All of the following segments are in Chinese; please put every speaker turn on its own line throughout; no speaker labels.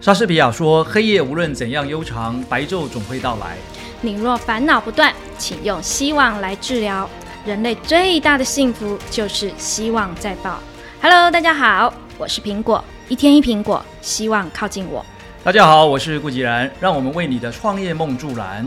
莎士比亚说：“黑夜无论怎样悠长，白昼总会到来。
你若烦恼不断，请用希望来治疗。人类最大的幸福就是希望在爆。Hello，大家好，我是苹果，一天一苹果，希望靠近我。”
大家好，我是顾吉然，让我们为你的创业梦助燃。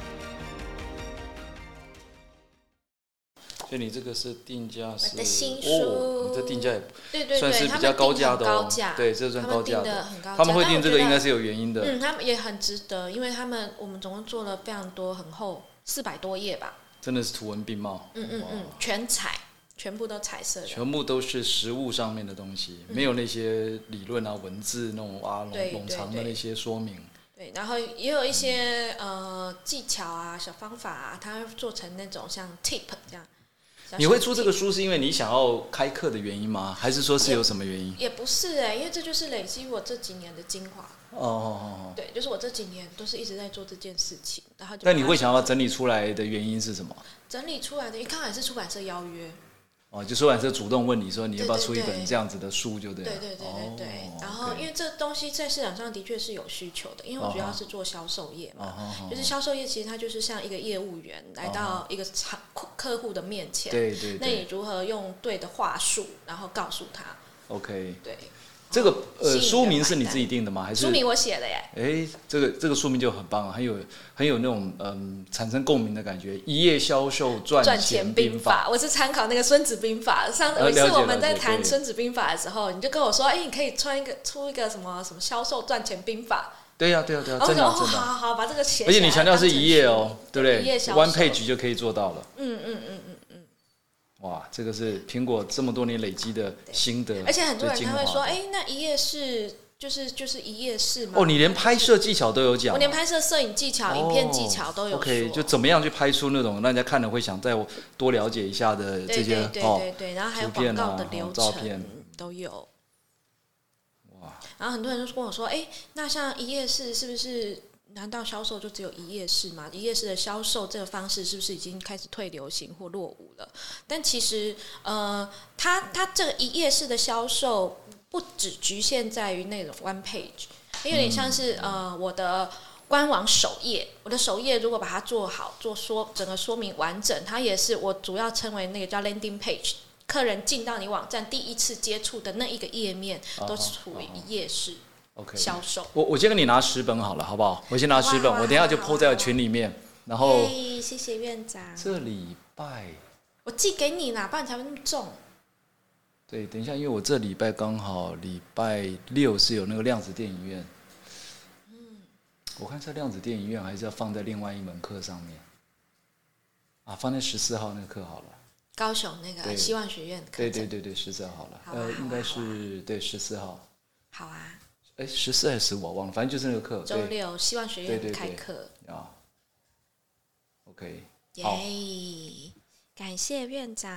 所以你这个是定价是
我的新
哦
书，
你这定价也
对对对，
算是比较高价的哦
他们定很高价
对这算高价的
他们定得很高价。
他们会定这个应
但我觉得
该是有原因的。
嗯，他们也很值得，因为他们我们总共做了非常多，很厚，四百多页吧，
真的是图文并茂，
嗯嗯嗯
哇，
全彩，全部都彩色的，
全部都是实物上面的东西，没有那些理论啊、文字那种啊
嗯对
冗
对
冗长的
对
那些说明。
对，然后也有一些呃技巧啊、小方法啊，它会做成那种像 tip 这样。小
你会
小
出这
tip
个书是因为你想要开课的原因吗？还是说是有什么原因？
也不是哎、因为这就是累积我这几年的精华。
哦哦哦哦。
对，就是我这几年都是一直在做这件事情，然后就
那你会
把它
想要整理出来的原因是什么？
整理出来的，因为刚好也是出版社邀约，
哦，就出版社主动问你说你要不要
对对
出一本
对
这样子的书，就对了。
对对对对对
哦。
然后
OK
因为这东西在市场上的确是有需求的，因为我
哦
主要
哦
是做销售业
哦
嘛，
哦哦
就是销售业其实它就是像一个业务员来到一个场客户的面前，
对对
那你
对
如何用对的话术，然后告诉他？
，OK。
对，
这个
吸引
呃
人
书名是你
买单
自己定的吗？还是
书名我写的耶，
哎，这个这个书名就很棒啊，很有很有那种嗯产生共鸣的感觉。一夜销售赚
赚
钱
钱
兵
兵
法，
法，我是参考那个《孙子兵法》。上
呃
有一次
了解
我们在
了解
谈
对
《孙子兵法》的时候，你就跟我说，哎，你可以穿一个出一个什么什么销售赚钱兵法，
对呀、对呀、对呀、
然后我
真
就
的
哦，
啊真的
好
啊。
好好，把这个写起来。
而且你强调是一页
当
哦
成书，
对不对
一页销售
？One page 就可以做到了。
嗯嗯嗯嗯。
哇，这个是苹果这么多年累积的心得，
而且很多人
最
他
精华哦
会说，
的
哎，那一页是就是就是一页式吗？
哦，你连拍摄技巧都有讲啊，哦
我连拍摄、摄影技巧、影片技巧都有说。
OK，就怎么样去拍出那种让人家看了会想再多了解一下的这
对
些
对对
哦
对对，然后还有
图片
广
啊
告的流
照
程
片
都有。然后很多人就跟我说：“哎，那像一页式是不是？难道销售就只有一页式吗？一页式的销售这个方式是不是已经开始退流行或落伍了？但其实，呃，它它这个一页式的销售不只局限在于那种 one page，它有点
嗯
像是、呃我的。”官网首页，我的首页如果把它做好，做说整个说明完整，它也是我主要称为那个叫 landing page，客人进到你网站第一次接触的那一个页面，
啊
都处于一页式
，OK。
销售。
我我先给你拿十本好了，好不好？我先拿十本，
哇
我等一下就
好啊
PO 在群里面。然后
耶谢谢院长，
这礼拜，
我寄给你啦，不然才会那么重。
对，等一下，因为我这礼拜刚好礼拜六是有那个量子电影院。
嗯
我看这量子电影院还是要放在另外一门课上面。啊，放在十四号那个课好了。
高雄那个
对
希望学院课
对
程，
对对对，十四号了，
好啊
呃，
好啊
应该是对十四号，
好啊，
哎，十四还是十五，忘了，反正就是那个课，
周
对
六希望学
对对对
院开课，
啊。OK，
耶
好，
感谢 院长，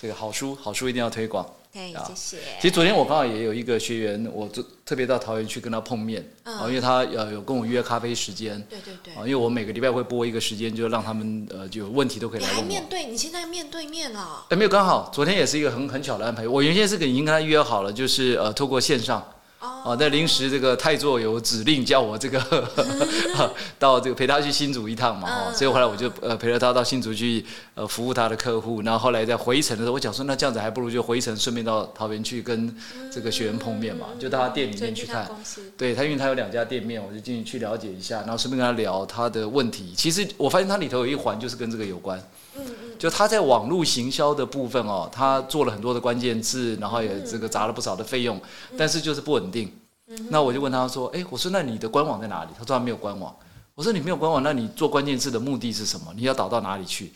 这个好书，好书一定要推广。
对
好，
谢谢。
啊其实昨天我刚好也有一个学员，我就特别到桃园去跟他碰面，
嗯
啊、因为他呃有跟我约咖啡时间，
对对对
啊，，因为我每个礼拜会拨一个时间，就让他们呃就有问题都可以
你
来
还
问我
面。对，你现在面对面了，
哎，没有，刚好昨天也是一个很很巧的安排。我原先是跟已经跟他约好了，就是呃，透过线上，
哦，
哦，但临时这个泰座有指令叫我这个 啊到这个陪他去新竹一趟嘛，哦，
嗯
所以后来我就呃陪着他到新竹去呃服务他的客户，然后后来在回程的时候，我想说那这样子还不如就回程顺便到桃园去跟这个学员碰面嘛，哦就到他店里
所以
面
你
去
嗯去他
看。
公司，
对他，因为他有两家店面，我就进去去了解一下，然后顺便跟他聊他的问题。其实我发现他里头有一环就是跟这个有关，就他在网络行销的部分哦，他做了很多的关键字，然后也这个砸了不少的费用，但是就是不稳定。那我就问他说：“哎，我说那你的官网在哪里？”他说他啊没有官网。我说你没有官网，那你做关键字的目的是什么？你要导到哪里去？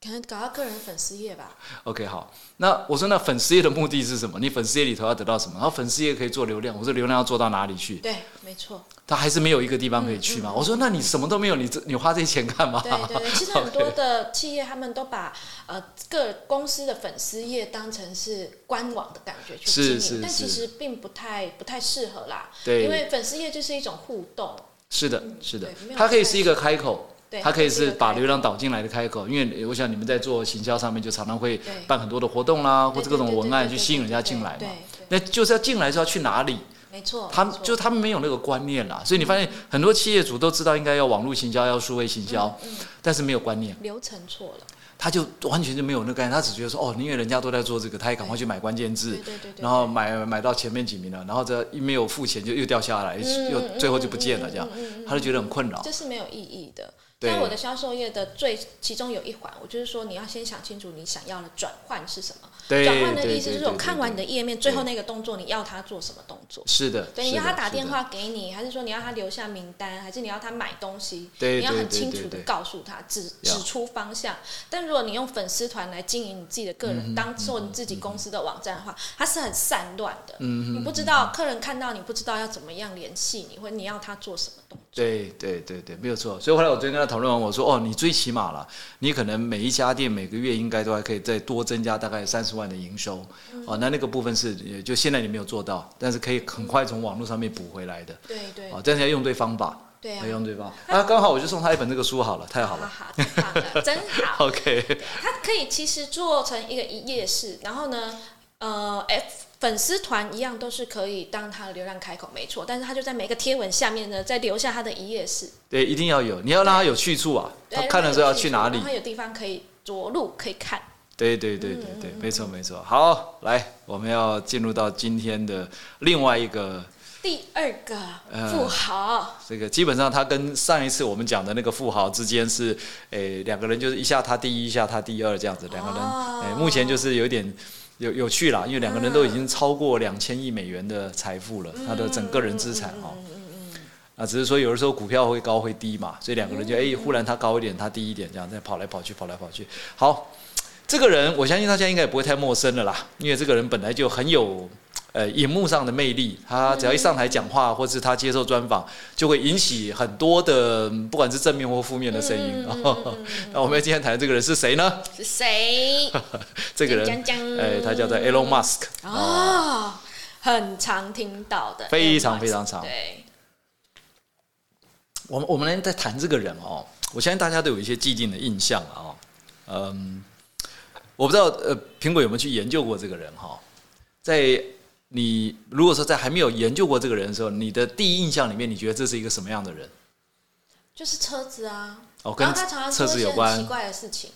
可能搞到个人粉丝页吧，
OK，好，那我说那粉丝页的目的是什么？你粉丝页里头要得到什么？然后粉丝页可以做流量，我说流量要做到哪里去？
对，没错，
他还是没有一个地方可以去嘛。我说那你什么都没有，你这你花这些钱干 嘛？
嗯对对对，其实很多的企业他们都把呃各公司的粉丝页当成是官网的感觉去经
是
营，
是
但其
是
实并不太不太适合啦。
对
因为粉丝页就是一种互动，
是的，是的
嗯对没，有
它可以是一个开口。
对，
它可以
它是一
是
个
把
开
流量导进来的开口，因为呃我想你们在做行销上面就常常会
对
办很多的活动啦，
对
或者各种
对对
文案
对
去
对
吸引人
对
家
对
进来嘛
对。
那就是要进来是要去哪里？
没错，
他
没
们
错
就他们没有那个观念啦，所以你发现很多企业主都知道应该要网络行销，要数位行销，
嗯
但是没有观念，
流程错了，
他就完全就没有那个概念，他只觉得说哦，因为人家都在做这个，他也赶快去买关键字
对，对对对，
然后买买到前面几名了，然后这一没有付钱就又掉下来，
嗯
又
嗯
最后就
嗯
不见了，
嗯
这样
嗯嗯嗯
他就觉得很困扰。
这是没有意义的。
对
在我的销售业的最其中有一环，我就是说你要先想清楚你想要的转换是什么。
对，
转换的
对
意思
对
就是
对
我看
对
完你
对
的页面，最后那个动作你要他做什么动作？
是的，
对，
是
你要
的
他打
是
电
的
话给你，还是说你要他留下名单，还是你要他买东西？
对
你要
对
很
对
清
对
楚的
对
告诉他，指
要
指出方向。但如果你用粉丝团来经营你自己的个人，当做你自己公司的网站的话，它是很散乱的。
嗯
你不知道客人看到你不知道要怎么样联系你，或你要他做什么动作。
对对对对，没有错。所以后来我昨天跟他讨论完，我说哦，你最起码了，你可能每一家店每个月应该都还可以再多增加大概三十万的营收，
嗯
哦，那那个部分是呃就现在你没有做到，但是可以很快从网络上面补回来的，
对对
哦，但是要用对方法，
对啊
要！用对方法。啊，刚好我就送他一本这个书好了，太好
哈
了。
哈，太棒 了，真好。啊
OK，
它可以其实做成一个一页式，然后呢，呃，F 粉丝团一样都是可以当它的流量开口，没错。但是它就在每个贴文下面呢，再留下它的一页哎式，
对，一定要有，你要让他有去处啊，
对
他看的时候要去哪里
让？它有地方可以着陆，可以看。
对对对对
嗯
对，没错没错。好，来，我们要进入到今天的另外一个
第二个
呃
富豪，
这个基本上他跟上一次我们讲的那个富豪之间是，诶、两个人就是一下他第一，一下他第二这样子，两个人，
哦
诶、目前就是有点有有趣啦，因为两个人都已经超过两千亿美元的财富了，他的整个人资产哦。啊，只是说有的时候股票会高会低嘛，所以两个人就诶，忽然他高一点，他低一点，这样再跑来跑去，跑来跑去。好，这个人我相信他现在应该也不会太陌生了啦，因为这个人本来就很有呃荧幕上的魅力，他只要一上台讲话，或是他接受专
嗯
访，就会引起很多的嗯不管是正面或负面的声音。
嗯
那我们今天谈的这个人是谁呢？
是谁？
这个人
讲讲，
哎，他叫做 Elon Musk，
哦，很常听到的，
非常
Elon Musk，
非常长。
对，
我们我们在谈这个人哦，我相信大家都有一些既定的印象了哦。嗯，我不知道呃，苹果有没有去研究过这个人哈、在你如果说在还没有研究过这个人的时候，你的第一印象里面，你觉得这是一个什么样的人
就是车子啊。
哦跟
然后他常常
车
做
子
一些
有
很
关
奇怪的事情。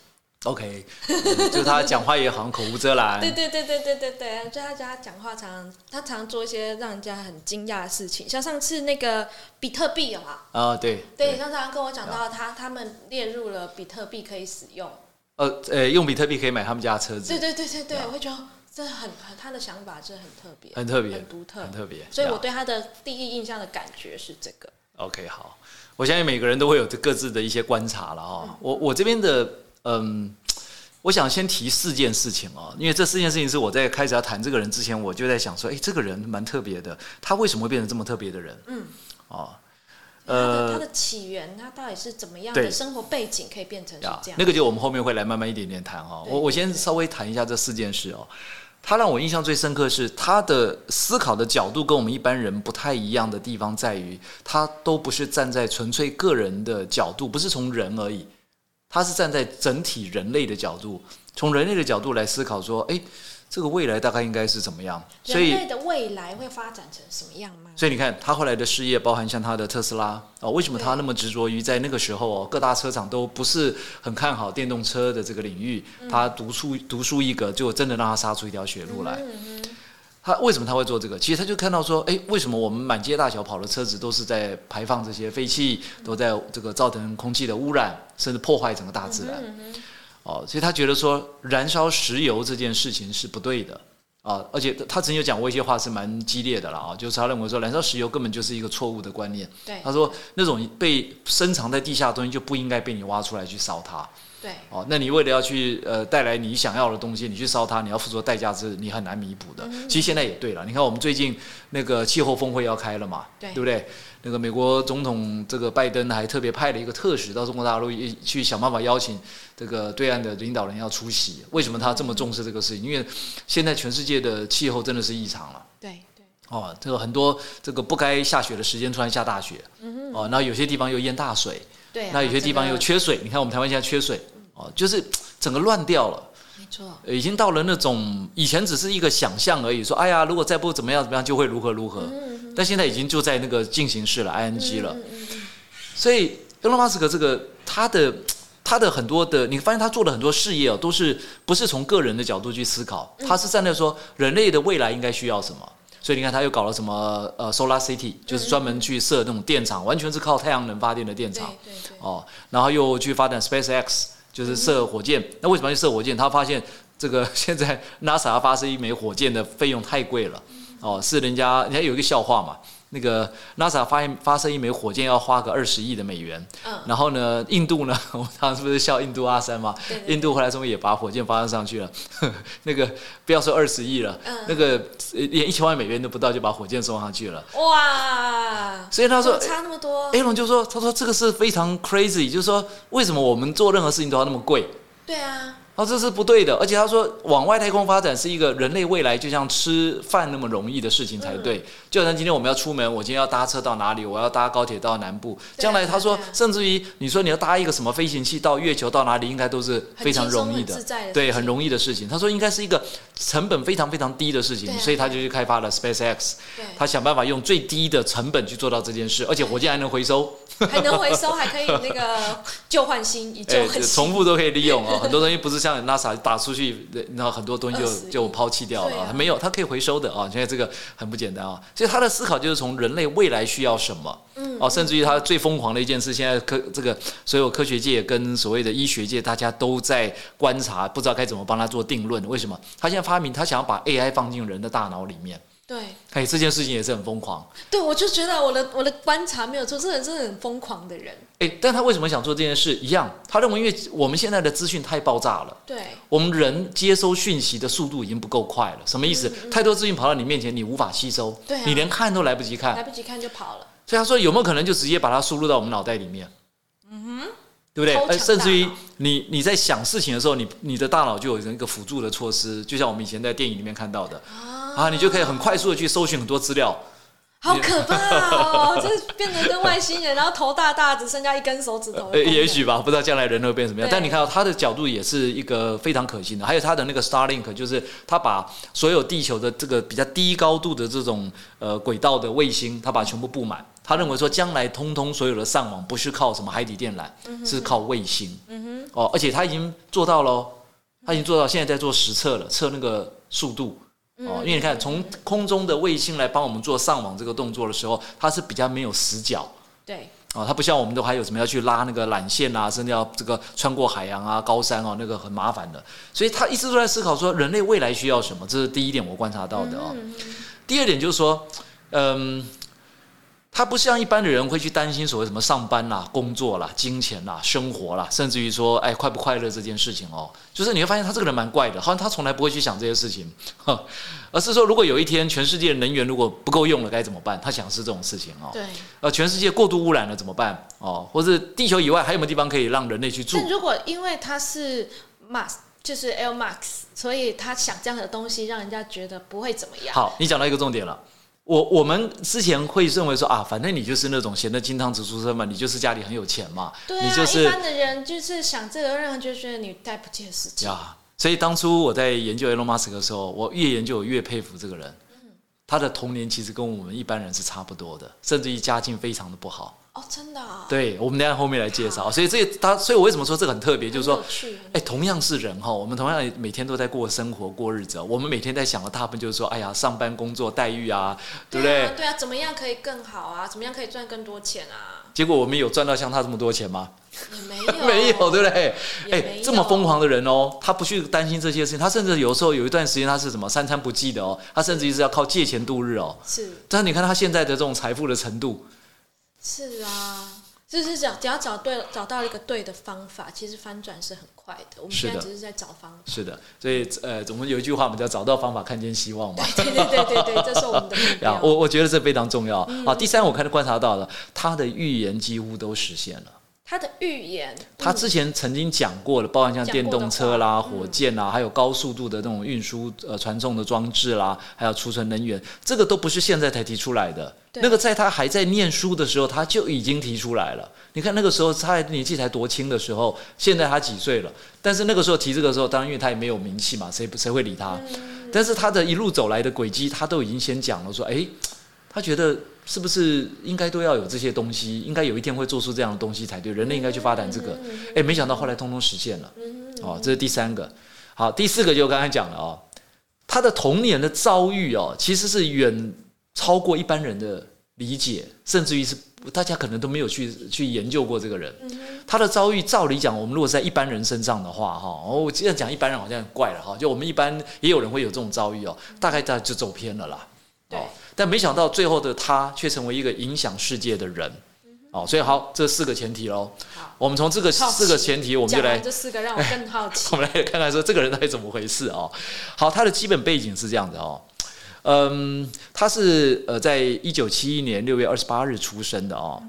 ？OK，嗯就他讲话也好像口无遮拦，
对对对对对对对，就他他讲话常常他常做一些让人家很惊讶的事情，像上次那个比特币有啊，
啊、对
对，他常常跟我讲到他他们列入了比特币可以使用，
呃呃，用比特币可以买他们家的车子
对，对对对对，我会觉得这很很他的想法真的很特别，
很特别，
很独特
很，特别。
所以我
呀
对他的第一印象的感觉是这个，
OK，好，我相信每个人都会有各自的一些观察了哦。我我这边的嗯，我想先提四件事情哦，因为这四件事情是我在开始要谈这个人之前，我就在想说，哎，这个人蛮特别的，他为什么会变成这么特别的人？嗯，哦，
他的
呃
他的起源，他到底是怎么样
对
的生活背景可以变成是
呀
这样？
那个就我们后面会来慢慢一点点谈哦。
对
我我
对
先
对
稍微谈一下这四件事哦。他让我印象最深刻是他的思考的角度跟我们一般人不太一样的地方在于，他都不是站在纯粹个人的角度，不是从人而已，他是站在整体人类的角度，从人类的角度来思考说，诶，这个未来大概应该是怎么样？所
人
以
类的未来会发展成什么样吗？
所以你看，他后来的事业包含像他的特斯拉啊、哦，为什么他那么执着于在那个时候哦，各大车厂都不是很看好电动车的这个领域，他独树独树一格，就真的让他杀出一条血路来。
嗯
他为什么他会做这个？其实他就看到说，诶，为什么我们满街大小跑的车子都是在排放这些废气，都在这个造成空气的污染，甚至破坏整个大自然。哦，所以他觉得说，燃烧石油这件事情是不对的。啊，而且他曾经有讲过一些话是蛮激烈的啦啊，就是他认为说燃烧石油根本就是一个错误的观念。
对
他说那种被深藏在地下的东西就不应该被你挖出来去烧它。
对
哦，那你为了要去呃带来你想要的东西，你去烧它，你要付出的代价是你很难弥补的。其实现在也对了，你看我们最近那个气候峰会要开了嘛，
对
不对？那个美国总统这个拜登还特别派了一个特使到中国大陆一去想办法邀请这个对岸的领导人要出席。为什么他这么重视这个事情？因为现在全世界的气候真的是异常了。
对对，
哦，这个很多这个不该下雪的时间突然下大雪，哦，那有些地方又淹大水，
对啊
那有些地方
整
又
个嗯
缺水。你看我们台湾现在缺水，哦，就是整个乱掉了。呃
没错，
已经到了那种以前只是一个想象而已，说哎呀，如果再不怎么样怎么样就会如何如何，但现在已经就在那个进行式了 ING 了。
嗯嗯嗯
所以 Elon Musk 这个他的他的很多的，你发现他做了很多事业哦，都是不是从个人的角度去思考，
嗯
他是站在说人类的未来应该需要什么。所以你看，他又搞了什么呃 Solar City，就是
嗯
专门去设那种电厂，完全是靠太阳能发电的电
对
厂。
对对，
哦，然后又去发展 SpaceX，就是射火箭。那为什么要去射火箭？他发现这个 现在 NASA 要发射一枚火箭的费用太贵了，哦，是人家人家有一个笑话嘛。那个 NASA 发现发射一枚火箭要花个二十亿的美元，
嗯
然后呢，印度呢， 我们常常是不是笑印度阿三嘛？
对对对
印度后来终于也把火箭发射上去了， 那个不要说二十亿了，
嗯
那个呃连一千万美元都不到就把火箭送上去了。
哇，
所以他说哎
怎么差那么多，
A 龙就说：“他说这个是非常 crazy，就是说为什么我们做任何事情都要那么贵？
对啊，
他说这是不对的。而且他说往外太空发展是一个人类未来就像吃饭那么容易的事情才
嗯
对。就好像今天我们要出门，我今天要搭车到哪里？我要搭高铁到南部。
对啊
将来他说
对啊，
甚至于你说你要搭一个什么飞行器到月球到哪里，应该都是非常容易
很轻松很自在的事情
对，很容易的事情。他说应该是一个成本非常非常低的事情
对，啊
所以他就去开发了 SpaceX，
对，
他想办法用最低的成本去做到这件事，而且火箭还能回收。”
还能回收，还可以那个 旧换新，以旧
哎，
换新，
重复都可以利 用哦，很多东西不是像 NASA 打出去，然后很多东西
20
就就抛弃掉了
对啊
啊，它没有，它可以回收的啊。现在这个很不简单啊，所以他的思考就是从人类未来需要什么，嗯，哦，甚至于他最疯狂的一件事，现在科这个所有科学界跟所谓的医学界，大家都在观察，不知道该怎么帮他做定论。为什么？他现在发明，他想要把 AI 放进人的大脑里面，
对
哎，这件事情也是很疯狂。
对，我就觉得我的我的观察没有错，这个人真的很疯狂的人，
哎，但他为什么想做这件事？一样，他认为因为我们现在的资讯太爆炸了。
对
我们人接收讯息的速度已经不够快了，什么意思？太多资讯跑到你面前，你无法吸收，
嗯对啊
你连看都来不及
来
看。
不及看就跑了，
所以他说，有没有可能就直接把它输入到我们脑袋里面？嗯对不对
超？强
呃，甚至于
大脑
你你在想事情的时候，你你的大脑就有一个辅助的措施，就像我们以前在电影里面看到的啊，你就可以很快速的去搜寻很多资料。
好可怕哦！ 这变得跟外星人，然后头大大，只剩下一根手指头的
呃，
功能，
也许吧，不知道将来人会变什么样。
对
但你看到他的角度也是一个非常可行的，还有他的那个 Starlink，就是他把所有地球的这个比较低高度的这种呃轨道的卫星，他把它全部布满。他认为说，将来通通所有的上网不是靠什么海底电缆，是靠卫星。嗯哼。哦，而且他已经做到了哦，他已经做到，现在在做实测了，测那个速度。哦，因为你看，从空中的卫星来帮我们做上网这个动作的时候，它是比较没有死角，
对
啊，它不像我们都还有什么要去拉那个缆线啊，甚至要这个穿过海洋啊、高山啊，那个很麻烦的。所以他一直都在思考说，人类未来需要什么？这是第一点我观察到的哦。第二点就是说，嗯，他不像一般的人会去担心所谓什么上班啦、工作啦、金钱啦、生活啦，甚至于说，哎，快不快乐这件事情哦。就是你会发现他这个人蛮怪的，好像他从来不会去想这些事情， 呵而是说，如果有一天全世界的能源如果不够用了该怎么办？他想的是这种事情哦。
对。
呃，全世界过度污染了怎么办？哦，或是地球以外还有没有地方可以让人类去住
但？如果因为他是 Max，就是 L Max，所以他想这样的东西，让人家觉得不会怎么样。
好，你讲到一个重点了。我我们之前会认为说啊，反正你就是那种闲得金汤匙出身嘛，你就是家里很有钱嘛，
对啊，
你就
一
是
般的人就是想这个，让人就觉得你带不切实际。
呀。所以当初我在研究 Elon Musk 的时候，我越研究我越佩服这个人。
嗯
他的童年其实跟我们一般人是差不多的，甚至于家境非常的不好。
哦，真的、啊，
对，我们等一下后面来介绍。所以这他，所以我为什么说这个很特别，
很
就
有趣，
是说哎，同样是人哈，我们同样每天都在过生活过日子哦，我们每天在想的大部分就是说，哎呀，上班工作待遇啊，对不对？
啊？对啊，怎么样可以更好啊？怎么样可以赚更多钱啊？
结果我们有赚到像他这么多钱吗？
也没有，
没有，对不对？
也没
哎，
有
这么疯狂的人哦，他不去担心这些事情，他甚至有时候有一段时间他是什么三餐不继的哦，他甚至一直要靠借钱度日哦。
是
但是你看他现在的这种财富的程度，
是啊，就是找只要找对了，找到一个对的方法，其实翻转是很快的。我们
是
现
的
在只是在找方法。
是的，所以呃，我们有一句话，我们叫找到方法，看见希望嘛。
对对对对对，嗯这是我们的目
呀
标，。
我我觉得这非常重要啊。第三，我看观察到了，他的预言几乎都实现了。
他的预言，
他
嗯
之前曾经讲过的，包含像电动车啦、
讲过的话嗯
火箭啦，还有高速度的那种运输呃传送的装置啦，还有储存能源，这个都不是现在才提出来的。
对
那个在他还在念书的时候，他就已经提出来了。你看那个时候他年纪才多轻的时候，现在他几岁了？但是那个时候提这个时候，当然因为他也没有名气
嗯
嘛，谁不谁会理他？但是他的一路走来的轨迹，他都已经先讲了说，哎，他觉得是不是应该都要有这些东西，应该有一天会做出这样的东西才对，人类应该去发展这
嗯
个。哎，没想到后来通通实现了。哦，这是第三个。好，第四个就刚才讲了哦，他的童年的遭遇哦，其实是远超过一般人的理解，甚至于是大家可能都没有去去研究过这个
嗯
人。他的遭遇，照理讲，我们如果在一般人身上的话，哈，哦，我这样讲一般人好像很怪了哈，就我们一般也有人会有这种遭遇哦，
嗯
大概大家就走偏了啦。
对
哦，但没想到最后的他却成为一个影响世界的人。哦，所以好，这四个前提喽
嗯好。
我们从这个
好
四个前提，我们就
讲
来
完这四个让我更好奇。
我们来看看说这个人到底怎么回事哦。好，他的基本背景是这样的哦，嗯，他是呃在一九七一年六月二十八日出生的哦。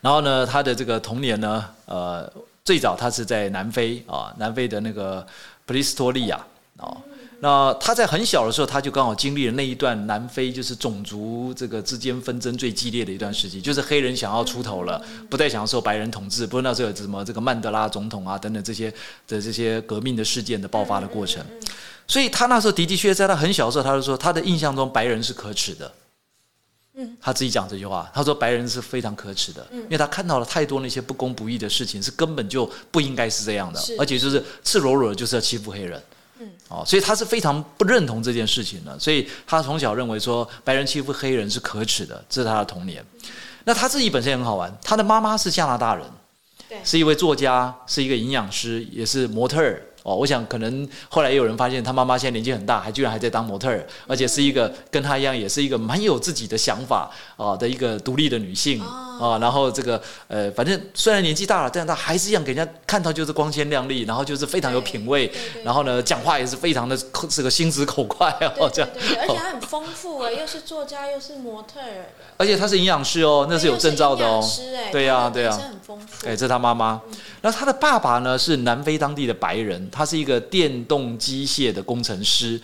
然后呢，他的这个童年呢，呃，最早他是在南非啊、南非的那个普利斯托利亚哦。那他在很小的时候，他就刚好经历了那一段南非就是种族这个之间纷争最激烈的一段时期，就是黑人想要出头了，不再想要受白人统治，不过那时候有什么这个曼德拉总统啊等等这些的这些革命的事件的爆发的过程。所以他那时候的的确确在他很小的时候，他就说他的印象中白人是可耻的。
嗯，
他自己讲这句话，他说白人是非常可耻的，因为他看到了太多那些不公不义的事情，是根本就不应该是这样的
是，
而且就是赤裸裸的就是要欺负黑人。
嗯，
哦，所以他是非常不认同这件事情的，所以他从小认为说白人欺负黑人是可耻的，这是他的童年。那他自己本身也很好玩，他的妈妈是加拿大人，
对
是一位作家，是一个营养师，也是模特儿。哦，我想可能后来也有人发现，他妈妈现在年纪很大，还居然还在当模特儿，而且是一个跟他一样，也是一个蛮有自己的想法啊、的一个独立的女性啊、
哦
然后这个呃，反正虽然年纪大了，但她还是一样给人家看到就是光鲜亮丽，然后就是非常有品味，
对对
然后呢，讲话也是非常的这个心直口快哦，这
对
样。
对对，而且他很丰富哎，又是作家，又是模特儿，
而且她是营养师哦，那是有证照的
又
哦。
是营养师哎，
对呀
他的
对呀
人生很丰富
哎、。这是他妈妈。然后他的爸爸呢是南非当地的白人，他是一个电动机械的工程师。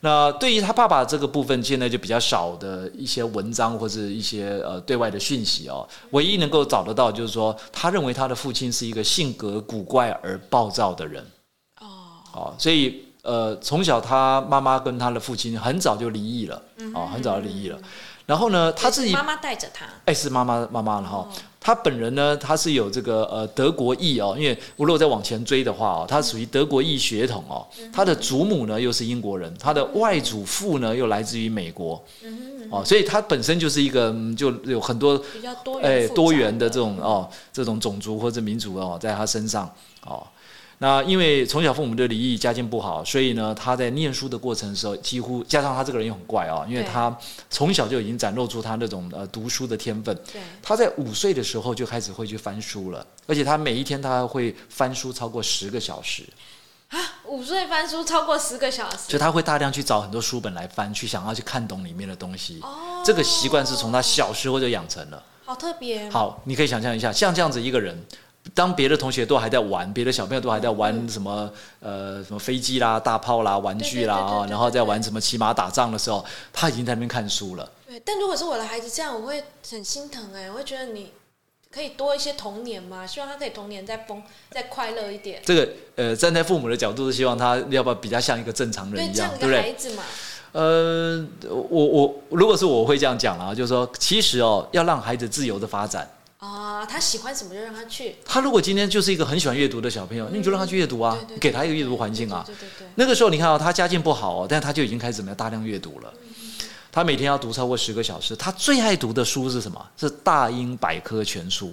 那对于他爸爸这个部分，现在就比较少的一些文章或者一些呃对外的讯息哦。唯一能够找得到就是说，他认为他的父亲是一个性格古怪而暴躁的人。
哦，
哦，所以呃，从小他妈妈跟他的父亲很早就离异了，哦，很早就离异了。然后呢，他自己
妈妈带着他，
哎，是妈妈妈妈了哈。他本人呢，他是有这个呃德国裔哦，因为我如果再往前追的话哦，他属于德国裔血统哦。他的祖母呢又是英国人，他的外祖父呢又来自于美国
嗯，
哦，所以他本身就是一个嗯就有很多
比较多元
哎
复杂
多元的这种哦这种种族或者民族哦在他身上哦。那因为从小父母的离异，家境不好，所以呢，他在念书的过程的时候，几乎加上他这个人又很怪哦，因为
对
他从小就已经展露出他那种呃读书的天分，
对，
他在五岁的时候就开始会去翻书了，而且他每一天他会翻书超过十个小时，
五岁翻书超过十个小时
就，他会大量去找很多书本来翻，去想要去看懂里面的东西。
哦
这个习惯是从他小时候就养成了。
好特别，
好，你可以想象一下，像这样子一个人，当别的同学都还在玩，别的小朋友都还在
嗯
玩什么、呃什么飞机啦、大炮啦、玩具啦
对对对对
啊，
对
然后在
对
玩什么骑马打仗的时候，他已经在那边看书了。
对，但如果是我的孩子这样，我会很心疼哎、我会觉得你可以多一些童年嘛，希望他可以童年再丰再快乐一点。
这个呃，站在父母的角度是希望他要不要比较像一个正常人
对，
一
这
样
样，一
对不
个
对？
孩子嘛，
呃，我我如果是我我会这样讲啦，就是说，其实哦，要让孩子自由的发展。
啊、他喜欢什么就让他去，
他如果今天就是一个很喜欢阅读的小朋友，那你就让他去阅读啊，
对对对
给他一个阅读环境啊。
对对对对
那个时候你看哦，他家境不好哦，但他就已经开始怎么样大量阅读了。他每天要读超过十个小时。他最爱读的书是什么？是《大英百科全书》。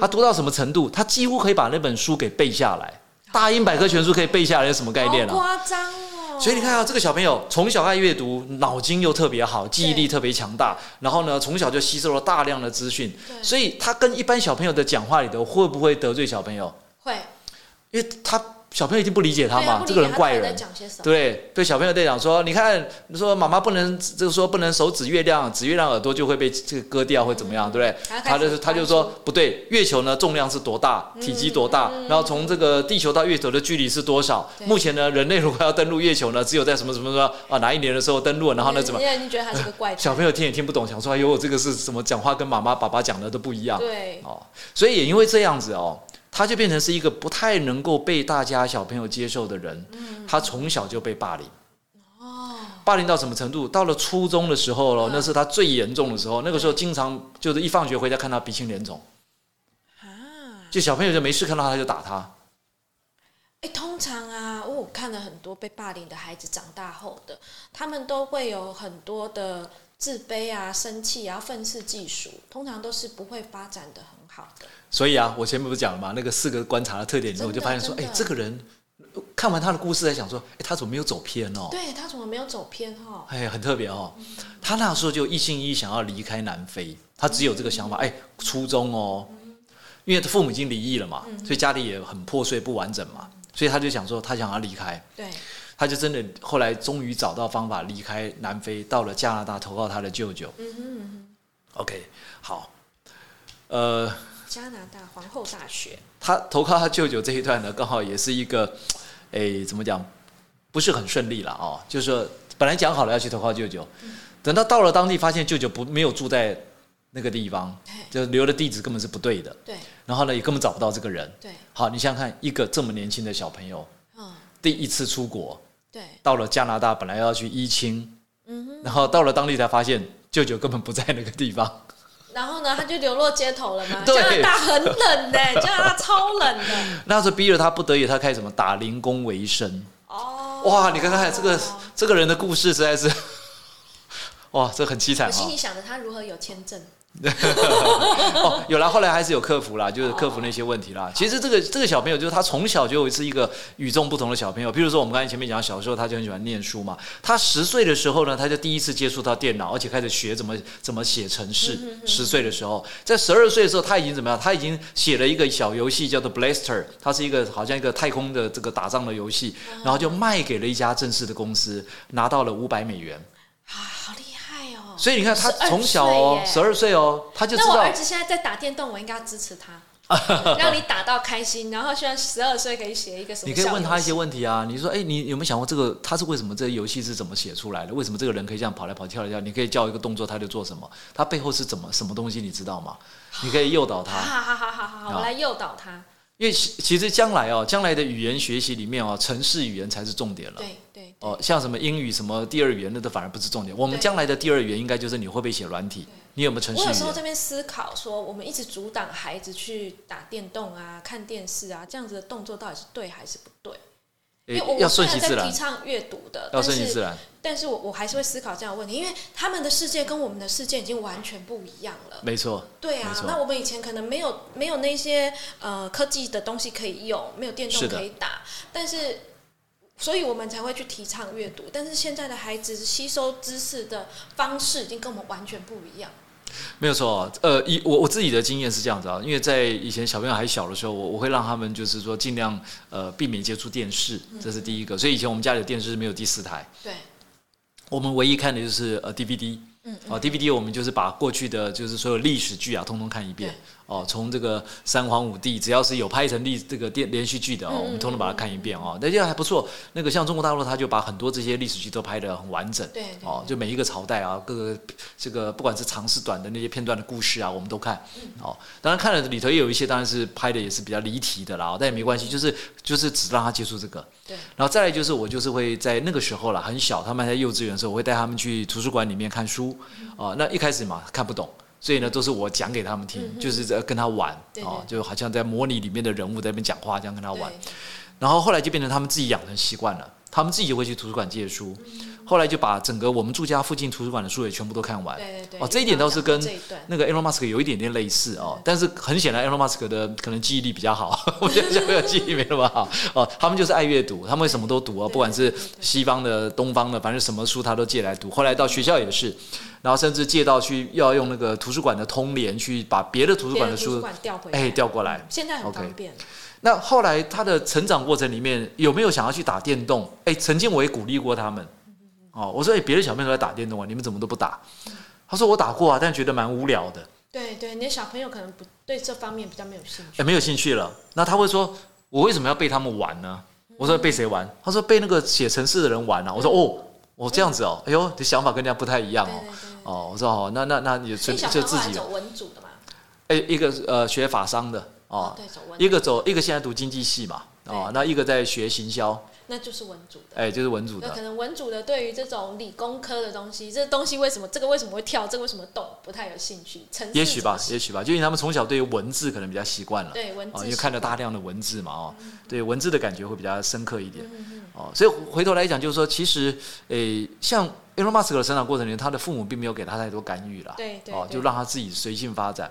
他读到什么程度？他几乎可以把那本书给背下来。《大英百科全书》可以背下来是什么概念啊？
好夸张哦。
所以你看啊，这个小朋友从小爱阅读，脑筋又特别好，记忆力特别强大，然后呢，从小就吸收了大量的资讯，
对
所以他跟一般小朋友的讲话里头会不会得罪小朋友？
会，
因为他小朋友一定不理解他
对啊
嘛，
不理
这个
解
人
他
怪
到底在
人。
讲些什么？
对对，小朋友在讲说，你看，说妈妈不能，这个说不能手指月亮，指月亮耳朵就会被这个割掉，会怎么样，对不对？
嗯然后
他
开始
就是他就
翻
说
书嗯
不对，月球呢重量是多大，体积多大，然后从这个地球到月球的距离是多少？
对
目前呢，人类如果要登陆月球呢，只有在什么什么什么啊哪一年的时候登陆，然后呢怎么？
人家已经觉得他是个怪
小
胎，
朋友听也听不懂，想说哎呦，这个是什么讲话跟妈妈爸爸讲的都不一样。
对，
哦，所以也因为这样子哦，他就变成是一个不太能够被大家小朋友接受的人。他从小就被霸凌，
嗯哦，嗯
霸凌到什么程度？到了初中的时候了，那是他最严重的时候。那个时候经常就是一放学回家看他鼻青脸肿，
啊，
就小朋友就没事看到他就打他。
哎，通常啊，我看了很多被霸凌的孩子长大后的，他们都会有很多的自卑啊、生气啊、愤世嫉俗，通常都是不会发展的很好的。
所以啊，我前面不是讲了嘛，那个四个观察的特点里面，我就发现说，
真
哎、
的真的
这个人看完他的故事，在想说，哎、他怎么没有走偏哦？
对他怎么没有走偏哈、
哎，很特别哦。他那时候就一心一意想要离开南非，他只有这个想法。哎，初中哦，因为他父母已经离异了嘛，
嗯
所以家里也很破碎不完整嘛，所以他就想说，他想要离开，
对，
他就真的后来终于找到方法离开南非，到了加拿大投靠他的舅舅。
嗯哼嗯
OK，好，呃，
哼，加拿大皇后大学，
他投靠他舅舅这一段呢，刚好也是一个，诶，怎么讲，不是很顺利了哦。就是说本来讲好了要去投靠舅舅，等到到了当地发现舅舅不没有住在那个地方，
哎，
就留的地址根本是不对的，
对
然后呢也根本找不到这个人。
对，
好，你想想看，一个这么年轻的小朋友，
嗯，
第一次出国，
对，
到了加拿大本来要去依亲，
嗯哼，
然后到了当地才发现舅舅根本不在那个地方。
然后呢，他就流落街头了嘛。
对
加拿大很冷呢、加拿大超冷的。
那时候逼得他不得已，他开始什么打零工为生。
哦，
哇，你看看这个这个人的故事实在是， 哇，这很凄惨啊
我心
哈
里、想着他如何有签证。
哦。有啦，后来还是有克服啦，就是克服那些问题啦。其实这个这个小朋友，就是他从小就是一个与众不同的小朋友。譬如说，我们刚才前面讲，小时候他就很喜欢念书嘛。他十岁的时候呢，他就第一次接触到电脑，而且开始学怎么怎么写程式。十岁的时候，在十二岁的时候，他已经怎么样？他已经写了一个小游戏叫做 Blaster，它是一个好像一个太空的这个打仗的游戏，然后就卖给了一家正式的公司，拿到了五百美元。
啊，好厉害哦！
所以你看，他
12
从小哦，十
岁耶
二岁哦，他就知
那我
道
儿子现在在打电动，我应该要支持他，让你打到开心。然后希望十二岁可以写一个什么？
你可以问他一些。问题啊。你说，哎，你有没有想过这个他是为什么这个游戏是怎么写出来的？为什么这个人可以这样跑来跑去跳来跳去？你可以叫一个动作，他就做什么？他背后是怎么什么东西？你知道 吗？你可以诱导他，
好好好好好好，我来诱导他。
因为其其实将来哦，将来的语言学习里面哦，城市语言才是重点了。
对对
哦，像什么英语、什么第二语言，那都反而不是重点。我们
对
将来的第二语言应该就是你会不会写软体，你有没有城市
我
语
有
言？
时候这边思考说，我们一直阻挡孩子去打电动啊、看电视啊，这样子的动作到底是对还是不对？因为
诶
我
要
我虽
顺
然
其自
在
然
提，倡阅读的，
要
但
顺其
是
自然。
但是我我还是会思考这样的问题，因为他们的世界跟我们的世界已经完全不一样了。
没错，
对
没
啊
错，
那我们以前可能没有没有那些呃科技的东西可以用，没有电
是
动
的
可以打，但是所以我们才会去提倡阅读。但是现在的孩子吸收知识的方式已经跟我们完全不一样。
没有错，呃，以我我自己的经验是这样子啊，因为在以前小朋友还小的时候，我我会让他们就是说尽量呃避免接触电视，这是第一个。所以以前我们家里的电视是没有第四台，
对，
我们唯一看的就是呃 DVD。嗯，啊，DVD 我们就是把过去的就是所有历史剧啊，通通看一遍
对
哦。从这个三皇五帝，只要是有拍成历这个电连续剧的哦，我们通通把它看一遍哦。那这样还不错。那个像中国大陆，他就把很多这些历史剧都拍得很完整。
对对
哦，就每一个朝代啊，各个这个不管是长是短的那些片段的故事啊，我们都看。
嗯
哦，当然看了里头也有一些，当然是拍的也是比较离题的啦，哦但也没关系，就是就是只让他接触这个。
对，
然后再来就是我就是会在那个时候啦，很小，他们还在幼稚园的时候，我会带他们去图书馆里面看书
嗯
啊、那一开始嘛看不懂。所以呢，都是我讲给他们听，就是在跟他玩
嗯对
哦，
对
就好像在模拟里面的人物在那边讲话，这样跟他玩
对。
然后后来就变成他们自己养成习惯了，他们自己会去图书馆借书，后来就把整个我们住家附近图书馆的书也全部都看完。
对对对。
哦，这一点倒是跟
你刚刚讲过这一段
那个 Elon Musk 有一点点类似哦，但是很显然 Elon Musk 的可能记忆力比较好， 我觉得小朋友记忆没那么好哦，他们就是爱阅读，他们会什么都读哦，
对
不管是西方的、东方的，反正什么书他都借来读。后来到学校也是，然后甚至借到去要用那个图书馆的通联去把别的图书
别
馆
的
的
图书
书
馆调回来，
哎调过来。
现在很
OK
方便。
那后来他的成长过程里面有没有想要去打电动？哎，曾经我也鼓励过他们，哦，我说哎，别的小朋友都在打电动啊，你们怎么都不打？他说我打过啊，但觉得蛮无聊的，
对对，你的小朋友可能不对这方面比较没有兴趣。
哎，没有兴趣了。那他会说，我为什么要被他们玩呢？我说被谁玩？他说被那个写程式的人玩啊。我说哦，我这样子哦，哎呦，你想法跟人家不太一样
对
哦
对。对
哦，我说哦，那那那你
所
随
以小
就
朋友
自
后来
己
走文组的嘛，
哎，一个呃学法商的哦，
对，走文组
一个走一个现在读经济系嘛，哦，那一个在学行销，
那就是文组的。
哎，就是文组
那可
的，
能文组的对于这种理工科的东西，这东西为什么这个为什么会跳，这个为什么懂，不太有兴趣。程式
也许吧
怎么，写
也许吧，就因为他们从小对于文字可能比较习惯了。
对文
哦，
字习惯，
因为看了大量的文字嘛，哦，对文字的感觉会比较深刻一点
嗯，嗯嗯
哦，所以回头来讲，就是说，其实，诶、像 Elon Musk 的成长过程里面，他的父母并没有给他太多干预啦，
对对
哦，
对
就让他自己随性发展。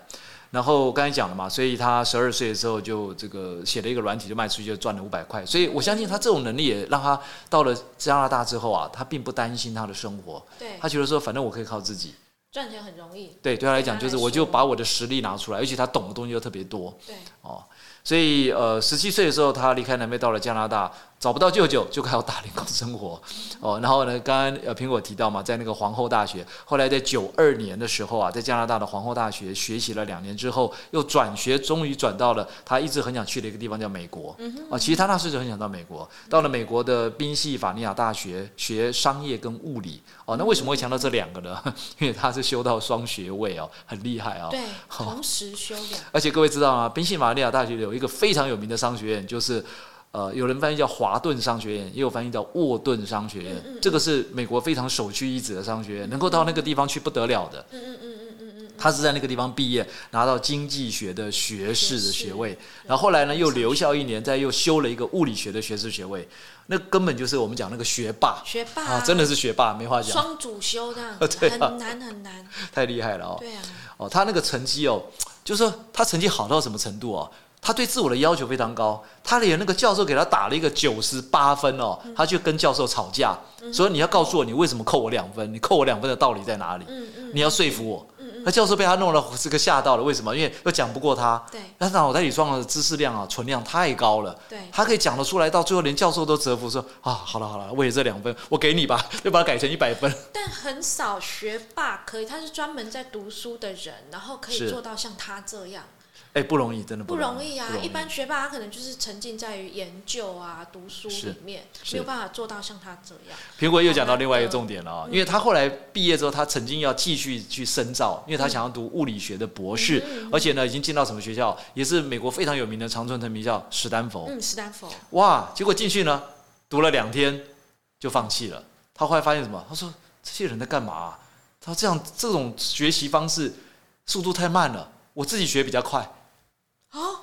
然后刚才讲了嘛，所以他十二岁的时候就这个写了一个软体就卖出去，就赚了五百块。所以我相信他这种能力也让他到了加拿大之后啊，他并不担心他的生活，
对
他觉得说反正我可以靠自己。
赚钱很容易，
对，对他来讲
对他
就是
来
我就
说
把我的实力拿出来，而且他懂的东西又特别多。
对
哦，所以呃，十七岁的时候，他离开南非到了加拿大，找不到舅舅，就开始打零工生活。 哦，然后呢，刚刚呃苹果提到嘛，在那个皇后大学，后来在九二年的时候啊，在加拿大的皇后大学学习了两年之后，又转学，终于转到了他一直很想去的一个地方，叫美国。嗯啊，其实他那时候就很想到美国，到了美国的宾夕法尼亚大学学商业跟物理。哦，那为什么会强调这两个呢？ 因为他是修到双学位哦，很厉害哦。
对，同时修养。
而且各位知道吗？宾夕法尼亚大学有一个非常有名的商学院，就是呃，有人翻译叫华顿商学院，也有翻译叫沃顿商学院。
嗯
这个是美国非常首屈一指的商学院，能够到那个地方去不得了的。
嗯嗯嗯嗯嗯嗯，
他是在那个地方毕业，拿到经济学的学士的学位，
学
然后后来呢又留校一年，再又修了一个物理学的学士学位，那根本就是我们讲那个学霸
学霸
啊，真的是学霸，没话讲，
双主修这样子
对啊
很难很难。
太厉害了哦。
对啊，
哦，他那个成绩哦，就是说他成绩好到什么程度哦？他对自我的要求非常高，他连那个教授给他打了一个九十八分哦，
嗯
他去跟教授吵架，说你要告诉我你为什么扣我两分，你扣我两分的道理在哪里？
嗯嗯
你要说服我。那教授被他弄了这个吓到了，为什么？因为又讲不过他，
对
他脑袋里装的知识量啊存量太高了，
对
他可以讲得出来，到最后连教授都折服说啊，好了好了，为了这两分我给你吧，就把它改成一百分。
但很少学霸可以，他是专门在读书的人，然后可以
是
做到像他这样，
哎，不容易，真的
不容易啊
不。容
一般学霸他可能就是沉浸在于研究啊、读书里面，
是
没有办法做到像他这样。
苹果又讲到另外一个重点了啊、因为他后来毕业之后，他曾经要继续去深造，因为他想要读物理学的博士，而且呢，已经进到什么学校，也是美国非常有名的常春藤名校史丹佛。
嗯，斯坦福，
哇，结果进去呢，读了两天就放弃了。他后来发现什么？他说这些人在干嘛啊、他这样这种学习方式速度太慢了，我自己学比较快，
哦，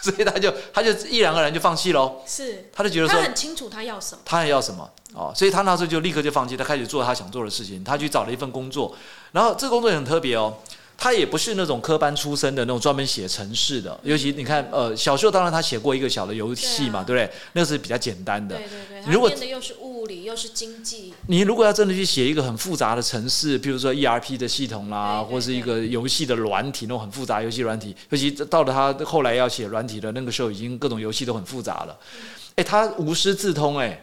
所以他就他就毅然而然就放弃喽。
是
他就觉得说
他很清楚他要什么。
他还要什么哦，所以他那时候就立刻就放弃，他开始做他想做的事情，他去找了一份工作，然后这个工作也很特别哦。他也不是那种科班出身的那种专门写程式的，尤其你看，呃，小时候当然他写过一个小的游戏嘛，对
对
不对？那是比较简单的。
对对对，
如
他
果
念的又是物理又是经济，
你如果要真的去写一个很复杂的程式，譬如说 ERP 的系统啦，
对对
或是一个游戏的软体，那种很复杂的游戏软体，尤其到了他后来要写软体的那个时候，已经各种游戏都很复杂了。
嗯
哎、他无师自通哎、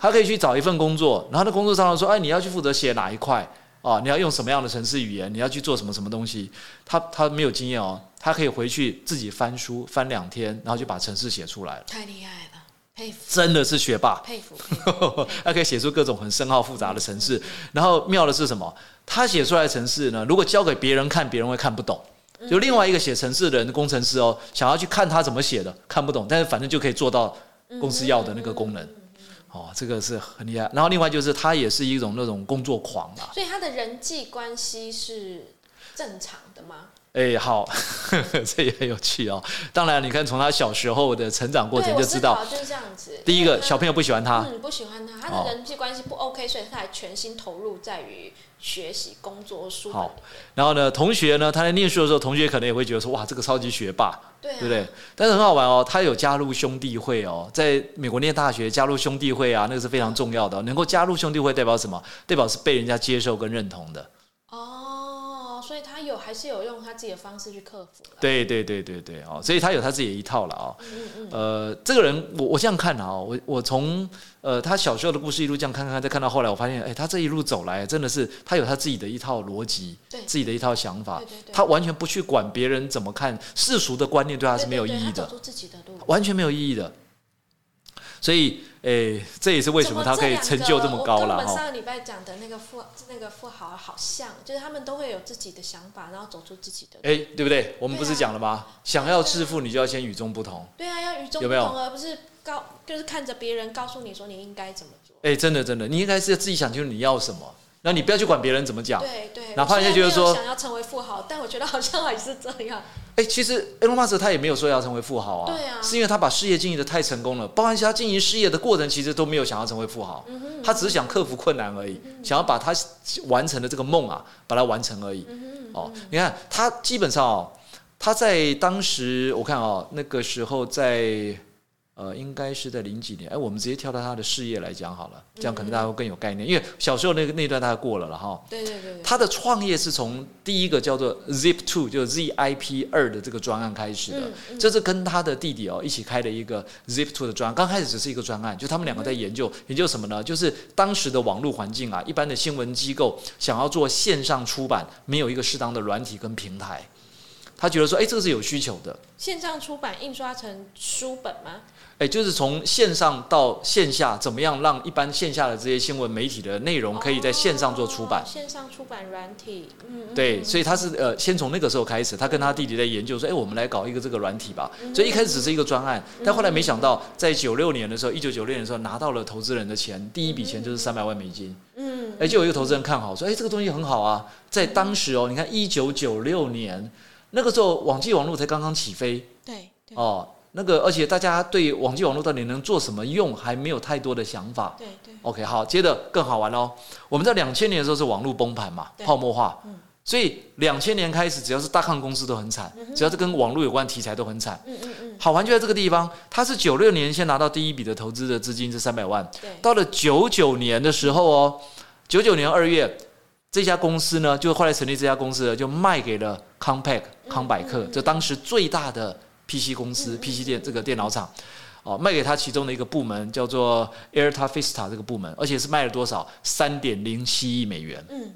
他可以去找一份工作，然后那工作上头说，哎，你要去负责写哪一块啊？你要用什么样的程式语言？你要去做什么什么东西？他他没有经验哦，他可以回去自己翻书翻两天，然后就把程式写出来了，
太厉害了，佩 服
真的是学霸。
佩服佩服。
他可以写出各种很深奥复杂的程式。然后妙的是什么？他写出来的程式呢，如果交给别人看，别人会看不懂。就另外一个写程式的人，工程师哦，想要去看他怎么写的，看不懂，但是反正就可以做到公司要的那个功能。
嗯
哦，这个是很厉害。然后另外就是他也是一种那种工作狂啊，
所以他的人际关系是正常的吗？
哎，好， 这也很有趣哦。当然，你看从他小时候的成长过
对，
程
我
就知道，
思考就是这样子。
第一
因为
个
他
小朋友不喜欢他，
嗯，不喜欢他，他
好
的人际关系不 OK，所以他还全心投入在于学习、工作、书本里
好
面。
然后呢，同学呢，他在念书的时候，同学可能也会觉得说，哇，这个超级学霸，
对啊，
对不对？但是很好玩哦，他有加入兄弟会哦，在美国念大学加入兄弟会啊，那个是非常重要的哦、能够加入兄弟会代表什么？代表是被人家接受跟认同的。
哦，所以他有还是有用他自己的方式去克服了。
对对对对对哦，所以他有他自己的一套了哦。
嗯嗯
呃，这个人我我这样看啊、哦，我我从呃他小时候的故事一路这样看看，再看到后来，我发现，哎，他这一路走来，真的是他有他自己的一套逻辑
对，
自己的一套想法
对对，对
他完全不去管别人怎么看，世俗的观念对他
嗯，
是没有意义
对对对
的
他。走出自己的路。
完全没有意义的。所以诶、这也是为什么他可以成就这么高
了？
了
我跟我们上
哈。
个礼拜讲的那个富那个富豪好像，就是他们都会有自己的想法，然后走出自己的。
诶、对不对？我们不
对
是
啊
讲了吗？想要致富，你就要先与众不同。
对啊，要与众
有
不
没有
同，而不是告就是看着别人告诉你说你应该怎么做。
诶、真的真的，你应该是自己想清楚你要什么，那你不要去管别人怎么讲。
对对，
哪怕
我虽然
人家觉得
没
说
有想要成为富豪，但我觉得好像还是这样。
哎、其实 Elon Musk 他也没有说要成为富豪啊，
对啊
是因为他把事业经营的太成功了，包含他经营事业的过程，其实都没有想要成为富
嗯
豪，他只是想克服困难而已，想要把他完成的这个梦啊，把它完成而已。
嗯
哦，你看他基本上哦，他在当时我看哦，那个时候在呃，应该是在零几年，哎，我们直接跳到他的事业来讲好了，这样可能大家会更有概念，因为小时候那个那段大家过了了哈。
对对对对，
他的创业是从第一个叫做 Zip Two，就是 ZIP 二的这个专案开始的。这是跟他的弟弟哦一起开的一个 Zip Two 的专案，刚开始只是一个专案，就他们两个在研究、研究什么呢？就是当时的网络环境啊，一般的新闻机构想要做线上出版，没有一个适当的软体跟平台。他觉得说，哎，这个是有需求的，
线上出版印刷成书本吗？
哎，就是从线上到线下，怎么样让一般线下的这些新闻媒体的内容可以在线上做出版？
哦线上出版软体，嗯，嗯
对，所以他是呃，先从那个时候开始，他跟他弟弟在研究说，哎，我们来搞一个这个软体吧。所以一开始只是一个专案，
嗯
但后来没想到，在九六年的时候，一九九六年的时候拿到了投资人的钱，第一笔钱就是三百万美金。
嗯，
哎，就有一个投资人看好说，哎，这个东西很好啊。在当时哦，你看一九九六年那个时候，网际网络才刚刚起飞
对对
哦，那个而且大家对网际网络到底能做什么用还没有太多的想法。
对对，
OK，好，接着更好玩喽。我们在两千年的时候是网络崩盘嘛，
对
泡沫化，
嗯
所以两千年开始，只要是大抗公司都很惨，只要是跟网络有关题材都很惨。
嗯嗯嗯，
好玩就在这个地方，他是九六年先拿到第一笔的投资的资金是三百万，
对，嗯
到了九九年的时候哦，九九年二月，这家公司呢，就后来成立这家公司了，就卖给了康 o 康百克，这当时最大的 PC 公司、PC 电这个电脑厂。哦，卖给他其中的一个部门叫做 Airta Vista 这个部门，而且是卖了多少？三点零七亿美元。
嗯，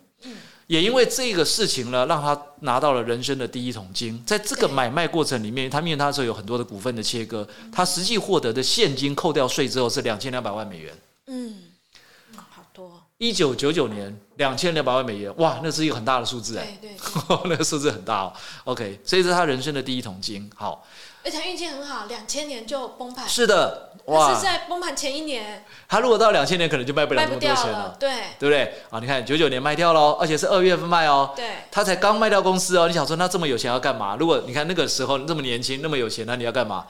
也因为这个事情呢，让他拿到了人生的第一桶金。在这个
对
买卖过程里面，他因为他那时候有很多的股份的切割，他实际获得的现金扣掉税之后是两千两百万美元。
嗯，嗯好多，
一九九九年两千两百万美元，哇，那是一个很大的数字哎，
对嗯对，对
那个数字很大哦。OK，所以这是他人生的第一桶金。好，
而且他运气很好，两千年就崩盘，
是啊的，
哎那
哇
是，在崩盘前一年
他如果到两千年可能就卖不了
卖
那
不
么多
掉
钱
了
了，，
对
对不对？啊，你看九九年卖掉喽，而且是二月份卖哦。
对，
他才刚卖掉公司哦，你想说那这么有钱要干嘛？如果你看那个时候这么年轻，那么有钱，那你要干嘛？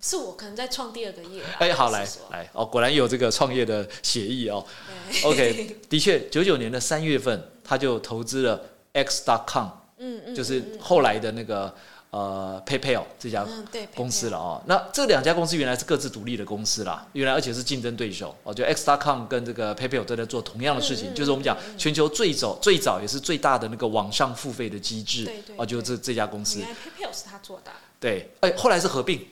是我可能在创第二个业啦，
哎，好
老
来
实说
来哦，果然有这个创业的协议哦。
对
OK，的确，九九年的三月份他就投资了 X.com，
嗯嗯，
就是后来的那个呃 PayPal 这家
嗯对
公司了哦。那这两家公司原来是各自独立的公司啦，原来而且是竞争对手哦。就 X.com 跟这个 PayPal 都在做同样的
嗯
事情，就是我们讲全球最早最早也是最大的那个网上付费的机制
对对
哦，就是这这家公司
原来嗯 PayPal 是他做的啊，
对，哎，后来是合并。
哦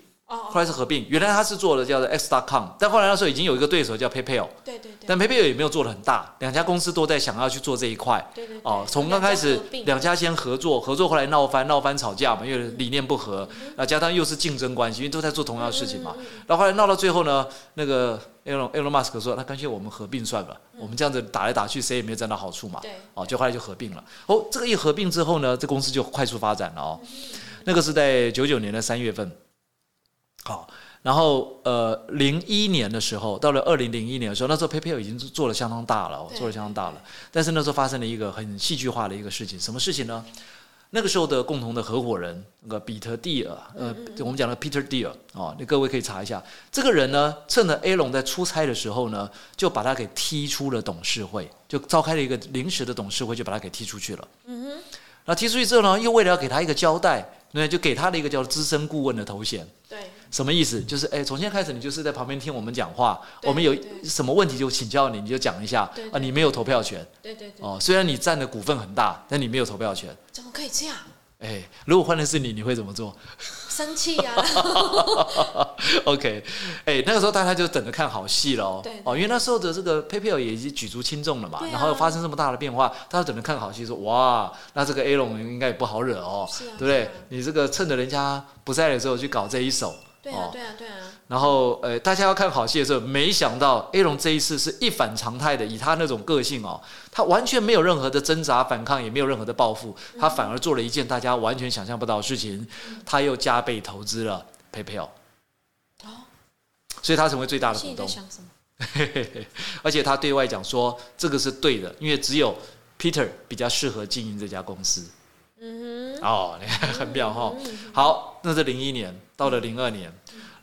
后来是合并，原来他是做的叫做 X.com，但后来那时候已经有一个对手叫 PayPal，
哦对对对，
但 PayPal 也没有做的很大，两家公司都在想要去做这一块。
对对对
哦，从刚开始
合并
两家先合作，合作后来闹翻，闹翻吵架嘛，因为理念不合，
嗯
啊，加上又是竞争关系，因为都在做同样的事情嘛。然后后来闹到最后呢，那个 Elon Elon Musk 说，那干脆我们合并算了，我们这样子打来打去，谁也没有占到好处嘛。
对
哦，就后来就合并了。哦，这个一合并之后呢，这公司就快速发展了哦。那个是在九九年的三月份，好、然后呃，零一年的时候，到了二零零一年的时候，那时候 PayPal 已经做的相当大了哦，
对
做的相当大了。但是那时候发生了一个很戏剧化的一个事情，什么事情呢？那个时候的共同的合伙人，那个彼得蒂尔，
嗯
呃，我们讲的 Peter Deer 哦，那各位可以查一下。这个人呢，趁着 A 龙在出差的时候呢，就把他给踢出了董事会，就召开了一个临时的董事会，就把他给踢出去了。
嗯
那踢出去之后呢，又为了要给他一个交代，那就给他了一个叫资深顾问的头衔。
对
什么意思？就是哎，从现在开始你就是在旁边听我们讲话，
对
我们有
对
什么问题就请教你，你就讲一下
对对
啊。你没有投票权
对对对，
哦，虽然你占的股份很大，但你没有投票权。
怎么可以这 样？
哎，如果换的是你，你会怎么做
生气呀、
哦
啊，
？OK，哎，那个时候大家就等着看好戏了哦
对对。
哦，因为那时候的这个 PayPal 也已经举足轻重了嘛，
对啊
然后又发生这么大的变化，大家等着看好戏说，哇，那这个 A 龙应该也不好惹哦，
是啊
对不对？
是啊
你这个趁着人家不在的时候去搞这一手，
对
哦
啊，对啊，对啊，
然后呃，大家要看好戏的时候，没想到 A 龙这一次是一反常态的，以他那种个性哦，他完全没有任何的挣扎反抗，也没有任何的报复，他反而做了一件大家完全想象不到的事情，他又加倍投资了 PayPal，
哦，
所以他成为最大的
心
股
里
东。
在想什么？
而且他对外讲说这个是对的，因为只有 Peter 比较适合经营这家公司。
嗯
哦，你看很妙哈。好，那是零一年，到了零二年，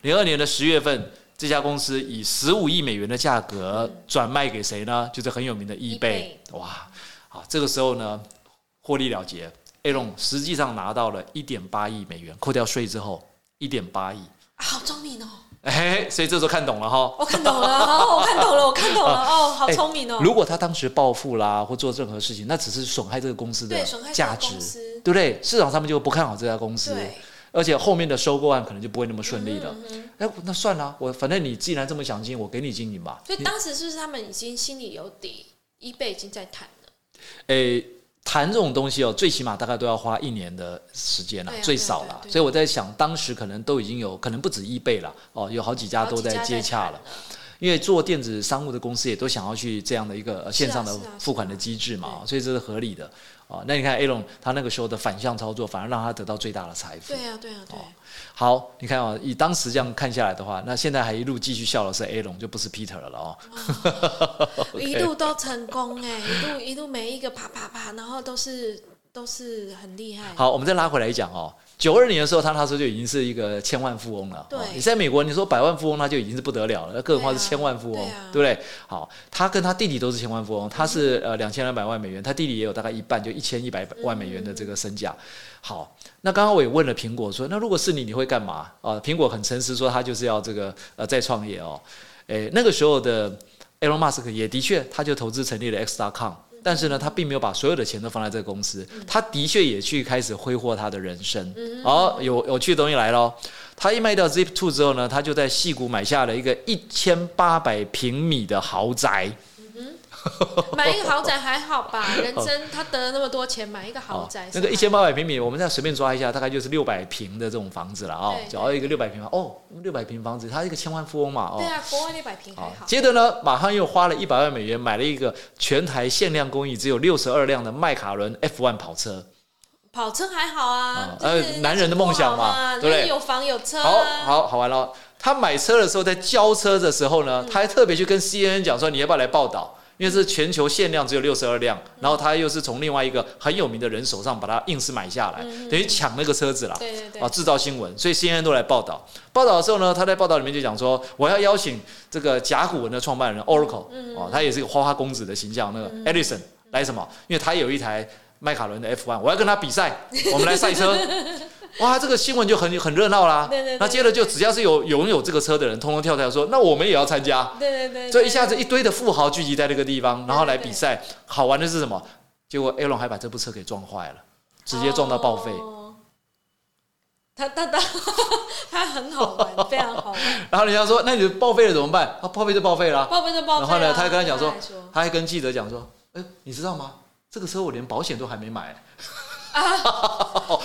零二年的十月份，这家公司以十五亿美元的价格转卖给谁呢？就是很有名的
E
eBay。哇，好，这个时候呢，获利了结。A 龙实际上拿到了一点八亿美元，扣掉税之后，一点八亿。
哼，好聪明哦！
哎，所以这时候看懂了哈。
我看懂 了，哦，我看懂了，我看懂了，哦，好聪明哦！
哎如果他当时暴富啦，或做任何事情，那只是损害这个公司的
对损害这
价
个
值
公，司，
对不对？市场上面就不看好这家公司，
对，
而且后面的收购案可能就不会那么顺利了。
嗯哼
哎、那算了，我反正你既然这么想经营，我给你经营吧。
所以当时是不是他们已经心里有底，一倍已经在谈
嗯
了？
诶，谈这种东西哦，最起码大概都要花一年的时间了，
对啊
最少了
对啊。对啊
所以我在想，当时可能都已经有，可能不止一倍了哦，有好几家
好
都
几
在
家
接洽
谈
了
了。，
因为做电子商务的公司也都想要去这样的一个呃线上的
是啊
付款的机制嘛，哦所以这是合理的啊。那你看 A 龙他那个时候的反向操作，反而让他得到最大的财富。
对啊，对啊，对啊，
哦好，你看啊、以当时这样看下来的话，那现在还一路继续笑的是 A 龙，就不是 Peter 了了哦。
一路都成功哎，一路一路每一个啪啪啪，然后都是都是很厉害。
好，我们再拉回来讲哦。九二年的时候，他那时候就已经是一个千万富翁了。
对
哦你在美国，你说百万富翁，那就已经是不得了了，那更何况是
对啊
千万富翁，
对啊
不对？好，他跟他弟弟都是千万富翁，他是呃两千两百万美元，他弟弟也有大概一半，就一千一百万美元的这个身价。好，那刚刚我也问了苹果说，那如果是你，你会干嘛？啊、苹果很诚实说，他就是要这个呃再创业哦。诶，那个时候的 Elon Musk 也的确，他就投资成立了 X.com，但是呢，他并没有把所有的钱都放在这个公司，他的确也去开始挥霍他的人生。哦，有有趣的东西来咯，他一卖掉 Zip Two 之后呢，他就在戏谷买下了一个一千八百平米的豪宅。
买一个豪宅还好 吧，人生他得了那么多钱，买一个豪宅
哦
是
那
吧，
个一千八百平米，我们再随便抓一下，大概就是六百平的这种房子了啊、哦
对，对
只要一个六百平方，哦，六百平房子，他是一个千万富翁嘛，哦，哦
对啊，国外那百平还
好，
好，
接着呢，马上又花了一百万美元买了一个全台限量工艺只有六十二辆的迈凯伦 F1 跑车。
跑车还好啊
啊，
就是
呃男人的梦想嘛
就是
对不对
有房有车
好
啊，
好好玩了。他买车的时候，在交车的时候
嗯
呢，他还特别去跟 CNN 讲说，你要不要来报道？因为是全球限量只有六十二辆，然后他又是从另外一个很有名的人手上把它硬是买下
嗯
来，等于抢那个车子啦。
对对对
啊，制造新闻，所以 CNN 都来报道。报道的时候呢，他在报道里面就讲说，我要邀请这个甲骨文的创
嗯
办人 Oracle，、哦，他也是一个花花公子的形象，那个 Edison、来什么？因为他有一台迈凯伦的 F1，我要跟他比赛， 我们来赛车。哇，这个新闻就很很热闹啦。
对对对
那接着就只要是有拥有这个车的人，通通跳出来说，那我们也要参加。
对对对，
所以一下子一堆的富豪聚集在那个地方，然后来比赛。好玩的是什么？结果 Elon 还把这部车给撞坏了，直接撞到报废。
哦他他 他他很好 玩，非常好玩，
然后人家说：“那你报废了怎么办？”啊，报废就报废了啊。
报废就报废
然
啊。
后呢，他还跟他讲说
对来说，
他还跟记者讲说：“哎，你知道吗？这个车我连保险都还没买。
哦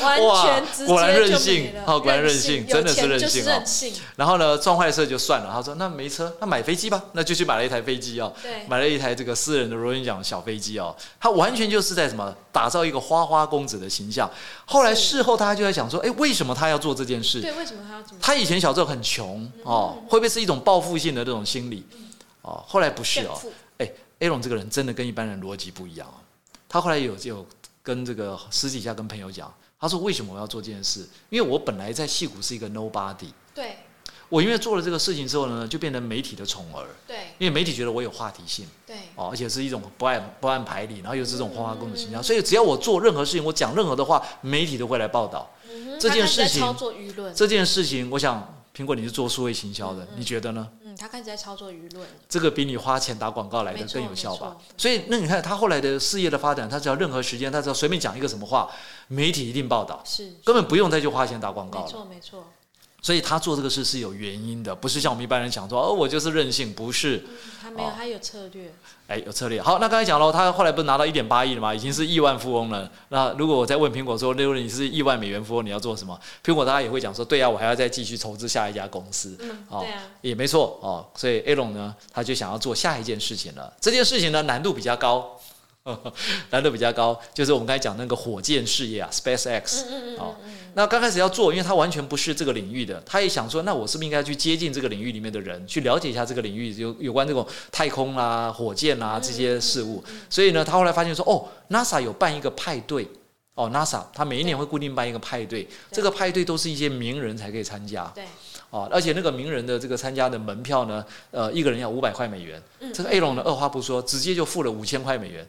完全直接就
果然
没
任性
了
哦果然任性真的是
有钱
任
就是
性哦
任性，”
然后呢，撞坏车就算了。他说：“那没车，那买飞机吧。”那就去买了一台飞机哦，
对，
买了一台这个私人的螺旋桨小飞机哦。他完全就是在什么打造一个花花公子的形象。后来事后大家就在想说：“哎，为什么他要做这件事？”
对，嗯为什么他要这么
他以前小时候很穷哦，会不会是一种报复性的这种心理？哦，后来不是
炫
哦，
富？
哎，A 龙这个人真的跟一般人逻辑不一样哦。他后来有有跟这个私底下跟朋友讲，他说为什么我要做这件事？因为我本来在戏骨是一个 nobody，
对
我因为做了这个事情之后呢，就变成媒体的宠儿，
对
因为媒体觉得我有话题性
对，
哦，而且是一种不按不按牌理，然后又是这种花花公子形象，所以只要我做任何事情，我讲任何的话，媒体都会来报道。
嗯哼
这件
他开始在
事情
操作舆论，
这件事情，我想苹果你是做数位行销的，你觉得呢？
嗯，他开始在操作舆论，
这个比你花钱打广告来的
没错
更有效吧
没错？
所以，那你看他后来的事业的发展，他只要任何时间，他只要随便讲一个什么话，媒体一定报道，
是
根本不用再去花钱打广告
没
了。
错没错，
所以他做这个事是有原因的，不是像我们一般人想说，哦，我就是任性，不是。
他没有，他有策略。
哎，有策略。好，那刚才讲了，他后来不是拿到一点八亿了吗？已经是亿万富翁了。那如果我再问苹果说，如果你是亿万美元富翁，你要做什么？苹果大家也会讲说，对呀、啊，我还要再继续投资下一家公司。
嗯，对啊，
也没错哦。所以 A 龙呢，他就想要做下一件事情了。这件事情呢，难度比较高， 呵呵难度比较高，就是我们刚才讲那个火箭事业啊，SpaceX
嗯嗯嗯
哦
嗯嗯，
那刚开始要做，因为他完全不是这个领域的，他也想说，那我是不是应该去接近这个领域里面的人，去了解一下这个领域有有关这种太空啦、啊火箭
嗯
啦、这些事物。所以呢，他后来发现说，哦，NASA 有办一个派对，哦，NASA 他每一年会固定办一个派对，这个派对都是一些名人才可以参加。
对，
哦，而且那个名人的这个参加的门票呢，呃，一个人要五百块美元。
嗯
这个 A 龙呢，二话不说，直接就付了五千块美元。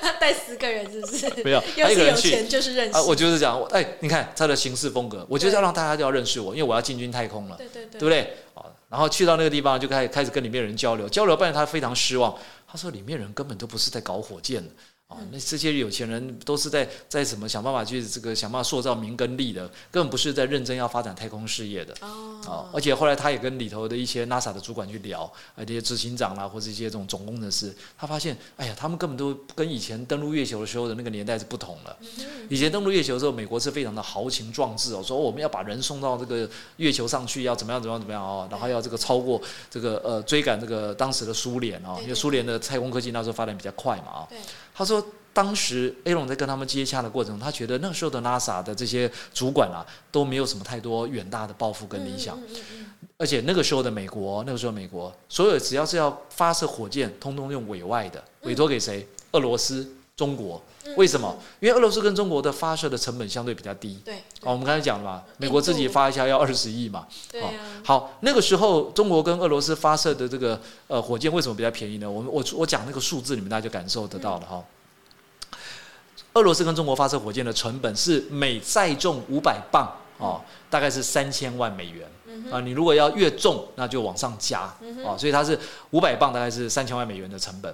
他带十个人是不是？
没有
要
他一个
是
人
有
去
钱就是任性。
啊，我就是讲，我哎，你看他的行事风格，我就是要让大家都要认识我，因为我要进军太空了。
对对
对
对，
不对？哦，然后去到那个地方就开始开始跟里面人交流，交流半他非常失望，他说里面人根本都不是在搞火箭的。哦，
嗯
那这些有钱人都是在在什么想办法去这个想办法塑造名跟利的，根本不是在认真要发展太空事业的。哦
哦，，
而且后来他也跟里头的一些 NASA 的主管去聊，啊，这些执行长啦，或者一些这种总工程师，他发现，哎呀，他们根本都跟以前登陆月球的时候的那个年代是不同
嗯
了。以前登陆月球的时候，美国是非常的豪情壮志哦，说我们要把人送到这个月球上去，要怎么样怎么样怎么样哦，然后要这个超过这个呃追赶这个当时的苏联哦，
对
因为
对
苏联的太空科技那时候发展比较快嘛啊、
对，
他说，当时 A 龙在跟他们接洽的过程中，他觉得那时候的 NASA 的这些主管啊，都没有什么太多远大的抱负跟理想，
嗯嗯嗯
而且那个时候的美国，那个时候美国，所有只要是要发射火箭，通通用委外的，委托给谁？俄罗斯、中国。
嗯
为什么？？因为俄罗斯跟中国的发射的成本相对比较低。
对，
哦，我们刚才讲了嘛，美国自己发一下要二十亿嘛，
对
哦
啊，
好，那个时候中国跟俄罗斯发射的这个呃火箭为什么比较便宜呢？我们我我讲那个数字，你们大家就感受得
嗯
到了哈。俄罗斯跟中国发射火箭的成本是每载重五百磅哦，大概是三千万美元。
嗯
啊，你如果要越重，那就往上加
嗯哼
啊，所以它是五百磅，大概是三千万美元的成本。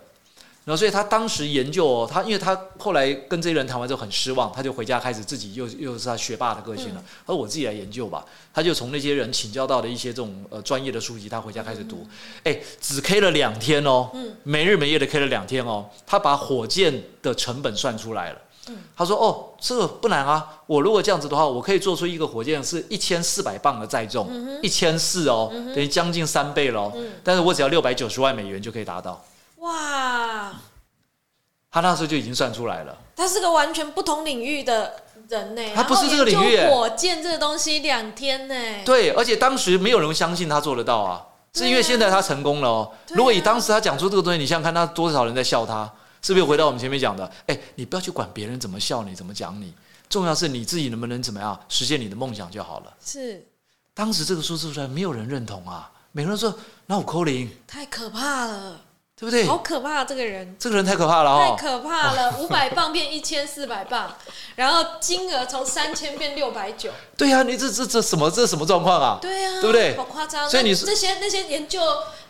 然后，所以他当时研究哦，他因为他后来跟这些人谈完之后很失望，他就回家开始自己又又是他学霸的个性
嗯
了。他说：“我自己来研究吧。”他就从那些人请教到的一些这种呃专业的书籍，他回家开始读。哎、只 K 了两天哦，
嗯
没日没夜的 K 了两天哦，他把火箭的成本算出来了。
嗯
他说：“哦，这个不难啊，我如果这样子的话，我可以做出一个火箭是一千四百磅的载重，一千四哦，等于将近三倍喽。
嗯
但是我只要六百九十万美元就可以达到。
哇，
他那时候就已经算出来了。
他是个完全不同领域的人呢、
他不是这个领域耶
然后研究火箭这个东西两天呢、
对，而且当时没有人相信他做得到啊，是因为现在他成功了哦。
对啊
如果以当时他讲出这个东西，你想想看，他多少人在笑他？是不是又回到我们前面讲的？哎，你不要去管别人怎么笑你，怎么讲你，重要是你自己能不能怎么样实现你的梦想就好了。
是
当时这个数字出来，没有人认同啊，每个人说那我扣零，
太可怕了，
对不对？
好可怕、这个人。
这个人太可怕了
太
哎哦。
可怕了， 五百磅变一千四百磅，然后金额从三千变六百九，
对呀、你这这这什么这什么状况啊？
对啊，
对不对
好夸张！
所以你
那
是
这些那些研究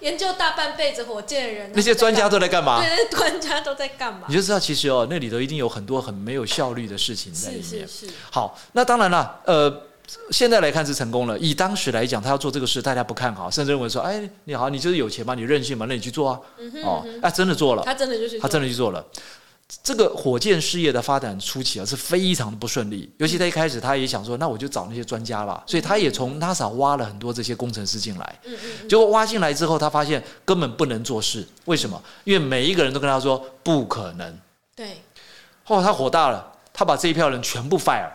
研究大半辈子火箭的人，
那些专家
都
都在干嘛？
啊 对，啊那些专家都在干嘛
你？就知道，其实哦，那里头一定有很多很没有效率的事情在里
是
面。
是是，
好，那当然了，呃，现在来看是成功了。以当时来讲，他要做这个事，大家不看好，甚至认为说，哎，你好，你就是有钱嘛，你任性嘛，那你去做啊。
嗯
哦，啊，真的做了，
他真的就是
他真的去做了。这个火箭事业的发展初期啊，是非常的不顺利。尤其在一开始，他也想说，那我就找那些专家吧，所以他也从 NASA 挖了很多这些工程师进来。
嗯嗯
结果挖进来之后，他发现根本不能做事。为什么？因为每一个人都跟他说不可能。
对，
后来他火大了，他把这一票人全部 fire。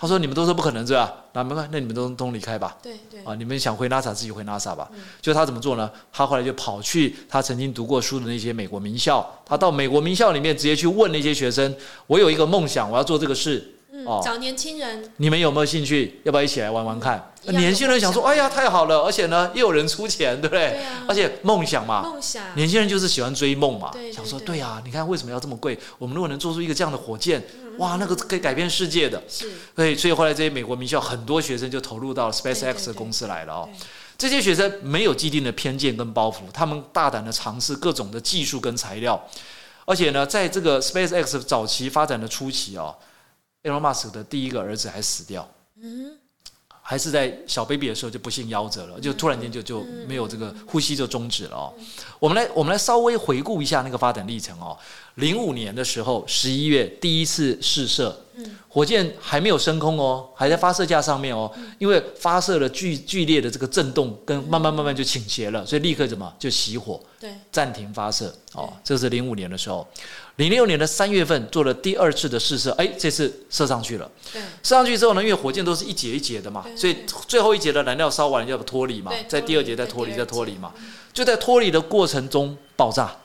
他说：“你们都说不可能是吧？那没关系，那你们都都离开吧。
对对嗯
啊，你们想回 NASA 自己回 NASA 吧。就他怎么做呢？他后来就跑去他曾经读过书的那些美国名校，他到美国名校里面直接去问那些学生：我有一个梦想，我要做这个事，
嗯
哦，
找年轻人，
你们有没有兴趣？要不要一起来玩玩看？
一样有
年轻人想说：
梦
哎
想
呀，太好了！而且呢，又有人出钱，对不对？
对啊
而且梦想嘛，
梦想，
年轻人就是喜欢追梦嘛，
对对
想说
对
对啊，你看为什么要这么贵？我们如果能做出一个这样的火箭，
嗯
哇，那个可以改变世界的。
是
所以，所以后来这些美国名校很多学生就投入到
对对
SpaceX
对
的公司来了哦
对。
这些学生没有既定的偏见跟包袱，他们大胆的尝试各种的技术跟材料，而且呢，在这个 SpaceX 早期发展的初期哦，Elon Musk 的第一个儿子还死掉，
嗯，
还是在小 baby 的时候就不幸夭折了，就突然间就就没有这个呼吸就终止了哦。我们来我们来稍微回顾一下那个发展历程哦。零五年的时候，十一月第一次试射，
嗯
火箭还没有升空哦，还在发射架上面哦，因为发射了剧剧烈的这个震动，跟慢慢慢慢就倾斜了，所以立刻怎么就熄火。
对，
暂停发射哦
对，
这是零五年的时候，零六年的三月份做了第二次的试射，哎，这次射上去了。
对，
射上去之后呢，因为火箭都是一节一节的嘛
对，
所以最后一节的燃料烧完要脱离嘛
对，
在第二节再脱
脱
离
离
再
再
脱离
第二节
嘛，就在脱离的过程中爆炸，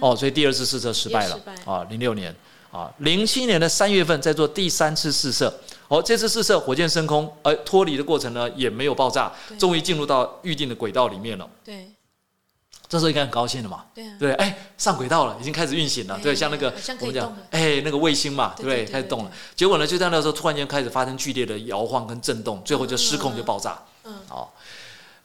哦，所以第二次试射失败了
嗯也失败
啊，零六年啊，零七年的三月份再做第三次试射。哦，这次试射火箭升空，而脱离的过程呢也没有爆炸，
对
终于进入到预定的轨道里面了。
对，
这时候应该很高兴了嘛，
对啊，
对，哎，上轨道了，已经开始运行了，
哎
对，像那个
好像
我
可以
们讲
动了，
哎，那个卫星嘛，对
对
不对？
对对
开始动了
对，
结果呢，就在那时候突然间开始发生剧烈的摇晃跟震动，最后就失控
嗯
就爆炸。
嗯
好，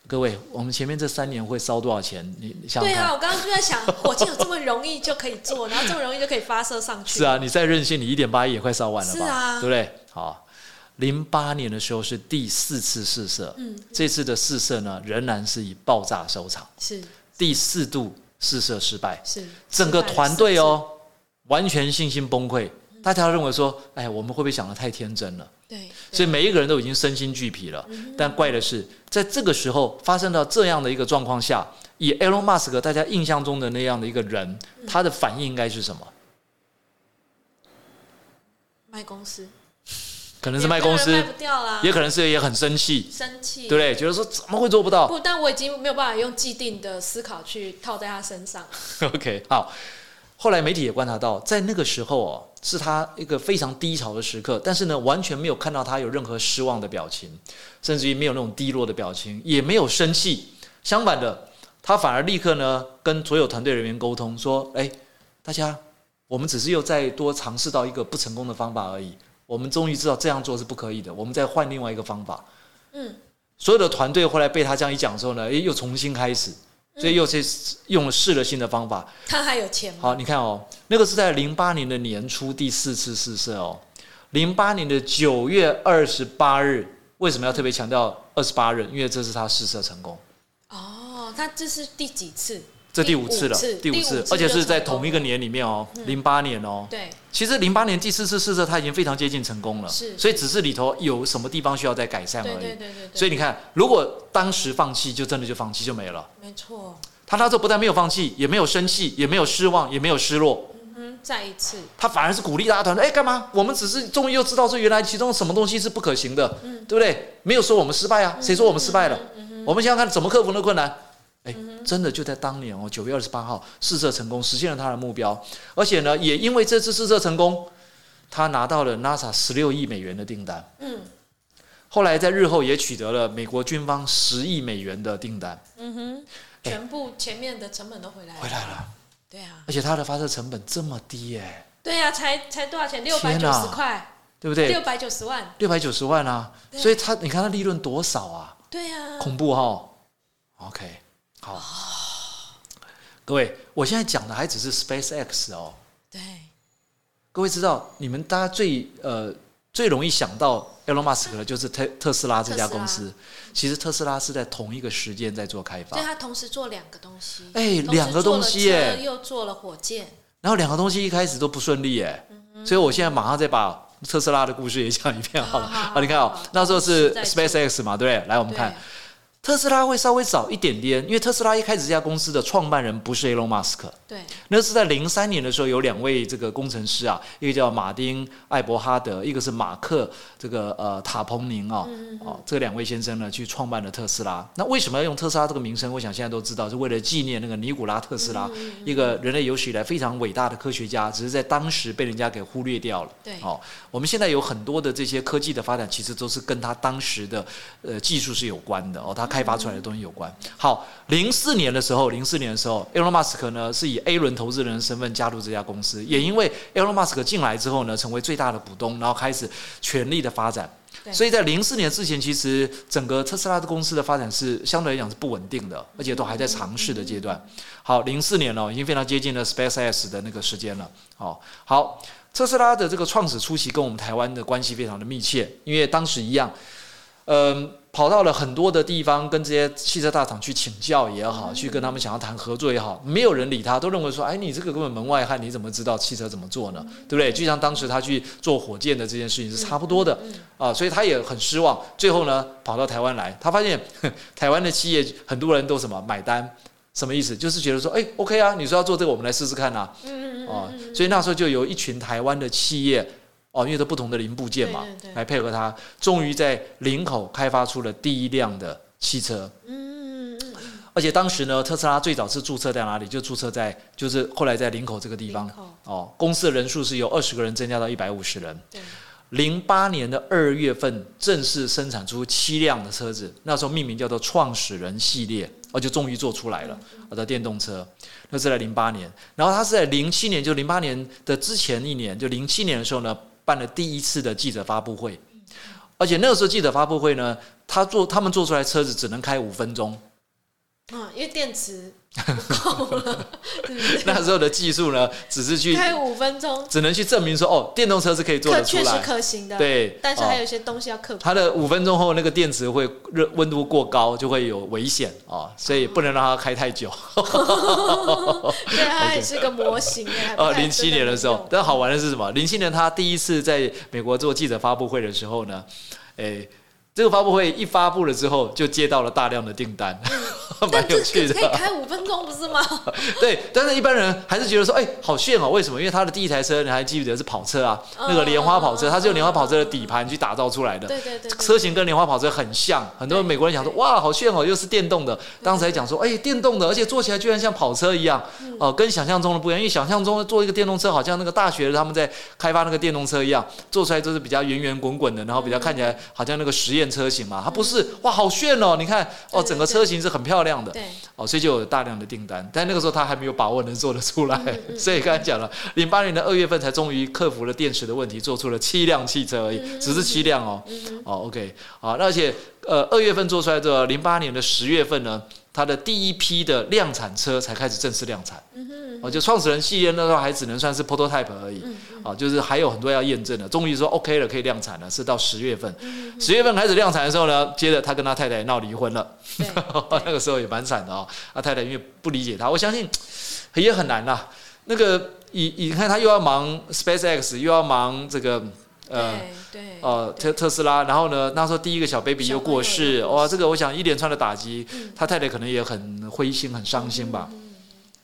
各位，我们前面这三年会烧多少钱？你你想
对
想
啊，
看。
我刚刚就在想，火箭有这么容易就可以做，然后这么容易就可以发射上去，
是，啊，你再任性，你一点八亿也快烧完了吧？
是啊
对不对？好，零八年的时候是第四次试射，
嗯，
这次的试射呢，仍然是以爆炸收场，
是
第四度试射失败，
是，
整个团队哦，完全信心崩溃。
嗯
大家认为说，哎，我们会不会想的太天真了？
失败了，对，嗯
所以
以
每一个人都已经身心俱疲了。但怪的是，在这个时候发生到这样的一个状况下，以 Elon Musk 大家印象中的那样的一个人，
嗯
他的反应应该是什么？
卖公司，
可
可
能是卖公司
卖，不掉啦，
也可能是也很生气，
生气，
对不对？觉得说怎么会做不到？
不，但我已经没有办法用既定的思考去套在他身上。
OK，好。后来媒体也观察到，在那个时候哦，是他一个非常低潮的时刻，但是呢，完全没有看到他有任何失望的表情，甚至于没有那种低落的表情，也没有生气。相反的，他反而立刻呢跟所有团队人员沟通说：“哎，大家，我们只是又再多尝试到一个不成功的方法而已，我们终于知道这样做是不可以的，我们再换另外一个方法。”
嗯，
所有的团队后来被他这样一讲之后呢，哎，又重新开始，所以又去用了试了新的方法。
他还有钱吗？
好，你看哦，那个是在零八年的年初第四次试射哦，零八年的九月二十八日，为什么要特别强调二十八日？因为这是他试射成功，
哦，他这是第几次？
这第五次了，第
第五
五次
次就，
而且是在
成功
同一个年里面哦，
嗯
零八年哦。
对，
其实零八年第四次试射他已经非常接近成功了，
是
所以只是里头有什么地方需要再改善而
对对
已。
对对对，
所以你看，如果当时放弃，就真的就放弃就没了。
没错，
他那时候不但没有放弃，也没有生气，也没有失望，也没有失落，
嗯，再一次，
他反而是鼓励大家团队，哎，干嘛？我们只是终于又知道说原来其中什么东西是不可行的，对不对？没有说我们失败啊，谁说我们失败了？我们想想看怎么克服那困难。哎，真的就在当年哦，九月二十八号试射成功，实现了他的目标，而且呢，也因为这次试射成功，他拿到了 NASA 十六亿美元的订单。
嗯
后来在日后也取得了美国军方十亿美元的订单，
嗯哼，
哎
全部前面的成本都回来
回
了。
来了，
对啊，
而且它的发射成本这么低耶、
对啊，才才多少钱？六百
天
九
哪
十块，
对不对？
六百九十万。
六百九十万啊，
对
所以他你看他利润多少啊，
对啊，
恐怖哈、OK，好，各位，我现在讲的还只是 SpaceX 哦。
对，
各位知道，你们大家最呃最容易想到 Elon Musk 的就是特特斯拉这家公司。其实特斯拉是在同一个时间在做开发
所以，他同时做两个东西，
哎
同时
两个东西耶
做了车又做了火箭，
然后两个东西一开始都不顺利耶，
嗯
所以我现在马上再把特斯拉的故事也讲一遍好了。
好好
啊，你看哦
好，
那时候是
再说
SpaceX 嘛，对不对？来，我们
对
看。特斯拉会稍微早一点点，因为特斯拉一开始这家公司的创办人不是 Elon Musk，
对，
那是在零三年的时候，有两位这个工程师啊，一个叫马丁·艾伯哈德，一个是马克这个呃塔彭宁啊、哦，这两位先生呢去创办了特斯拉。那为什么要用特斯拉这个名称？我想现在都知道，是为了纪念那个尼古拉·特斯拉，一个人类有史以来非常伟大的科学家，只是在当时被人家给忽略掉了。
对
哦，我们现在有很多的这些科技的发展，其实都是跟他当时的呃技术是有关的哦，他开发出来的东西有关。
嗯
好，零四年的时候，零四年的时候，Elon Musk 呢是以 A 轮投资人的身份加入这家公司，也因为 Elon Musk 进来之后呢，成为最大的股东，然后开始全力的发展。
对
所以在零四年之前，其实整个特斯拉的公司的发展是相对来讲是不稳定的，而且都还在尝试的阶段。
嗯
好，零四年哦，已经非常接近了 SpaceX 的那个时间了。哦，好，特斯拉的这个创始初期跟我们台湾的关系非常的密切，因为当时一样，嗯，跑到了很多的地方，跟这些汽车大厂去请教也好，去跟他们想要谈合作也好，没有人理他，都认为说，哎，你这个根本门外汉，你怎么知道汽车怎么做呢？对不对？就像当时他去做火箭的这件事情是差不多的啊，所以他也很失望。最后呢，跑到台湾来，他发现 哼台湾的企业很多人都什么买单，什么意思？就是觉得说，哎，OK 啊，你说要做这个，我们来试试看啊，
嗯嗯
啊，所以那时候就有一群台湾的企业。哦，因为都不同的零部件嘛，
对对对
来配合它，终于在林口开发出了第一辆的汽车。
嗯嗯嗯，
而且当时呢，特斯拉最早是注册在哪里？就注册在，就是后来在林口这个地方
林口。
哦，公司的人数是由二十个人增加到一百五十人。
对，
零八年的二月份正式生产出七辆的车子，那时候命名叫做“创始人系列”，哦，就终于做出来了我的电动车。那是在零八年，然后它是在零七年，就零八年的之前一年，就零七年的时候呢，办了第一次的记者发布会，而且那个时候记者发布会呢，他做他们做出来的车子只能开五分钟。
嗯，因为电池不够了，对不对？
那时候的技术呢，只是去
开五分钟，
只能去证明说，哦，电动车是可以做
可
得出
确实
来。
可行的，。
对，
但是还有
哦、
一些东西要克服，
它的五分钟后那个电池会热温度过高，就会有危险啊、哦，所以不能让它开太
啊
久。
对，它也是个模型耶。还不
呃，
太
零七年的时候，但好玩的是什么？零七年他第一次在美国做记者发布会的时候呢，诶，这个发布会一发布了之后，就接到了大量的订单， 蛮
嗯但
有
这
趣的
是可。以开五分钟，不是吗？
对，但是一般人还是觉得说，哎、好炫哦！为什么？因为他的第一台车，你还记不记得是跑车啊？
嗯
那个莲花跑车，
嗯
它是用莲花跑车的底盘去打造出来的。
对对对对
车型跟莲花跑车很像，很多
对
美国人讲说，
对
哇，好炫哦，又是电动的。当时还讲说，哎、电动的，而且坐起来居然像跑车一样，
嗯
哦、跟想象中的不一样。因为想象中坐一个电动车，好像那个大学他们在开发那个电动车一样，做出来都是比较圆圆滚滚的，然后比较看起来好像那个实验车型嘛。它不是，哇，好炫哦！你看，
对
哦，
对
整个
对
车型是很漂亮的。
对，
哦，所以就有大量的订单，但那个时候他还没有把握能做得出来， 所以刚才讲了，零八年的二月份才终于克服了电池的问题，做出了七辆汽车而已，只是七辆哦。哦，OK，好，那而且呃，二月份做出来的，零八年的十月份呢，它的第一批的量产车才开始正式量产。
嗯
哦，就创始人系列那时候还只能算是 prototype 而已，啊，就是还有很多要验证的。终于说 OK 了，可以量产了，是到十月份。十月份开始量产的时候呢，接着他跟他太太闹离婚了。
对
那个时候也蛮惨的哦。啊，太太因为不理解他，我相信也很难啦。那个，你你看他又要忙 SpaceX，又要忙这个呃
对对
呃
对
特特斯拉，然后呢，那时候第一个小 baby
小
又
朋友
过世，
又过世嗯
哇，这个我想一连串的打击，他太太可能也很灰心、很伤心吧，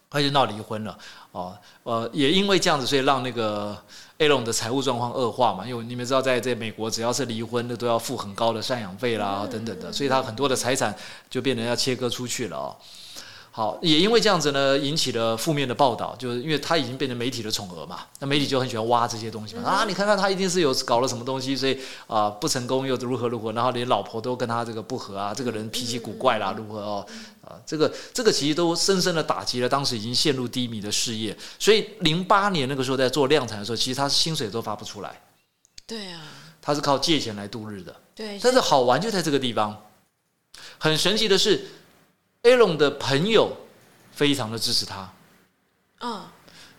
而且闹离婚了。哦，呃，也因为这样子，所以让那个 Elon 的财务状况恶化嘛，因为你们知道，在在美国，只要是离婚的都要付很高的赡养费
嗯
啦、等等的，所以他很多的财产就变成要切割出去了哦。好，也因为这样子呢，引起了负面的报道，就是因为他已经变成媒体的宠儿嘛，那媒体就很喜欢挖这些东西嘛，啊，你看看他一定是有搞了什么东西，所以啊、不成功又如何如何，然后连老婆都跟他这个不和啊，这个人脾气古怪啦，如何哦，啊，这个这个其实都深深的打击了当时已经陷入低迷的事业，所以零八年那个时候在做量产的时候，其实他薪水都发不出来，
对啊，
他是靠借钱来度日的。
对，
但是好玩就在这个地方，很神奇的是，Elon 的朋友非常的支持他。
嗯，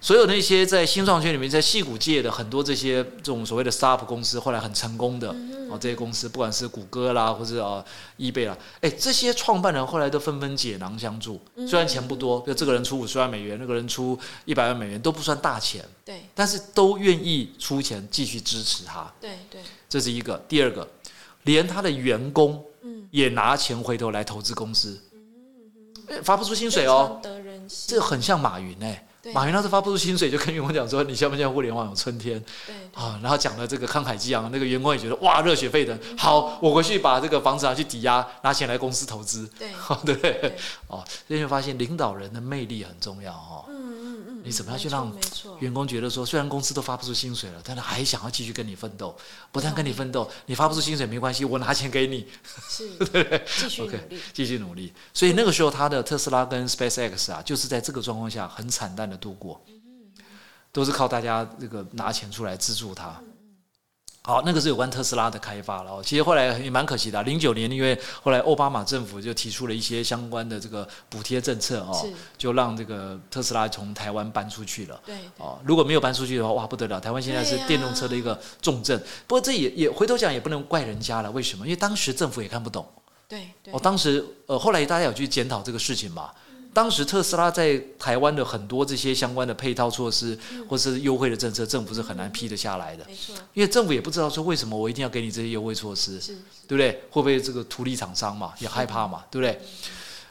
所有那些在新创圈里面，在戏骨界的很多这些这种所谓的 startup 公司，后来很成功的哦，这些公司，不管是谷歌啦，或者啊 eBay 啦，哎，这些创办人后来都纷纷解囊相助。虽然钱不多，就这个人出五十万美元，那个人出一百万美元，都不算大钱，
对
但是都愿意出钱继续支持他。
对对，
这是一个。第二个，连他的员工
嗯
也拿钱回头来投资公司，
嗯
哎发不出薪
薪
水哦，，
得人心
这，很像马云哎、
对
马云当时发不出薪水，就跟员工讲说：“你相不相信互联网有春天
对
啊？”然后讲了这个慷慨激昂，那个员工也觉得哇热血沸腾。
嗯
好，我回去把这个房子拿去抵押，拿钱来公司投资，
对，
对不对
对？
哦，所以就发现领导人的魅力很重要哦。
嗯嗯嗯，
你怎么样
没
去
错
让
没错，
员工觉得说，虽然公司都发不出薪水了，但他还想要继续跟你奋斗。不但
嗯
跟你奋斗，你发不出薪水没关系，我拿钱给你，
是继续
OK
努力，
继续努力。所以那个时候，他的特斯拉跟 SpaceX 啊，就是在这个状况下很惨淡的度过，都是靠大家这个拿钱出来资助他。好，那个是有关特斯拉的开发了哦。其实后来也蛮可惜的、啊，零九年因为后来奥巴马政府就提出了一些相关的这个补贴政策哦
是，
就让这个特斯拉从台湾搬出去了。
对，
哦，如果没有搬出去的话，哇，不得了！台湾现在是
对呀
电动车的一个重镇。不过这也也回头讲也不能怪人家了，为什么？因为当时政府也看不懂。
对对
哦，当时呃，后来大家有去检讨这个事情嘛？当时特斯拉在台湾的很多这些相关的配套措施或是优惠的政策，政府是很难批得下来的，
没错，
因为政府也不知道说为什么我一定要给你这些优惠措施。
是
对不对？会不会这个图利厂商嘛，也害怕嘛，对不对？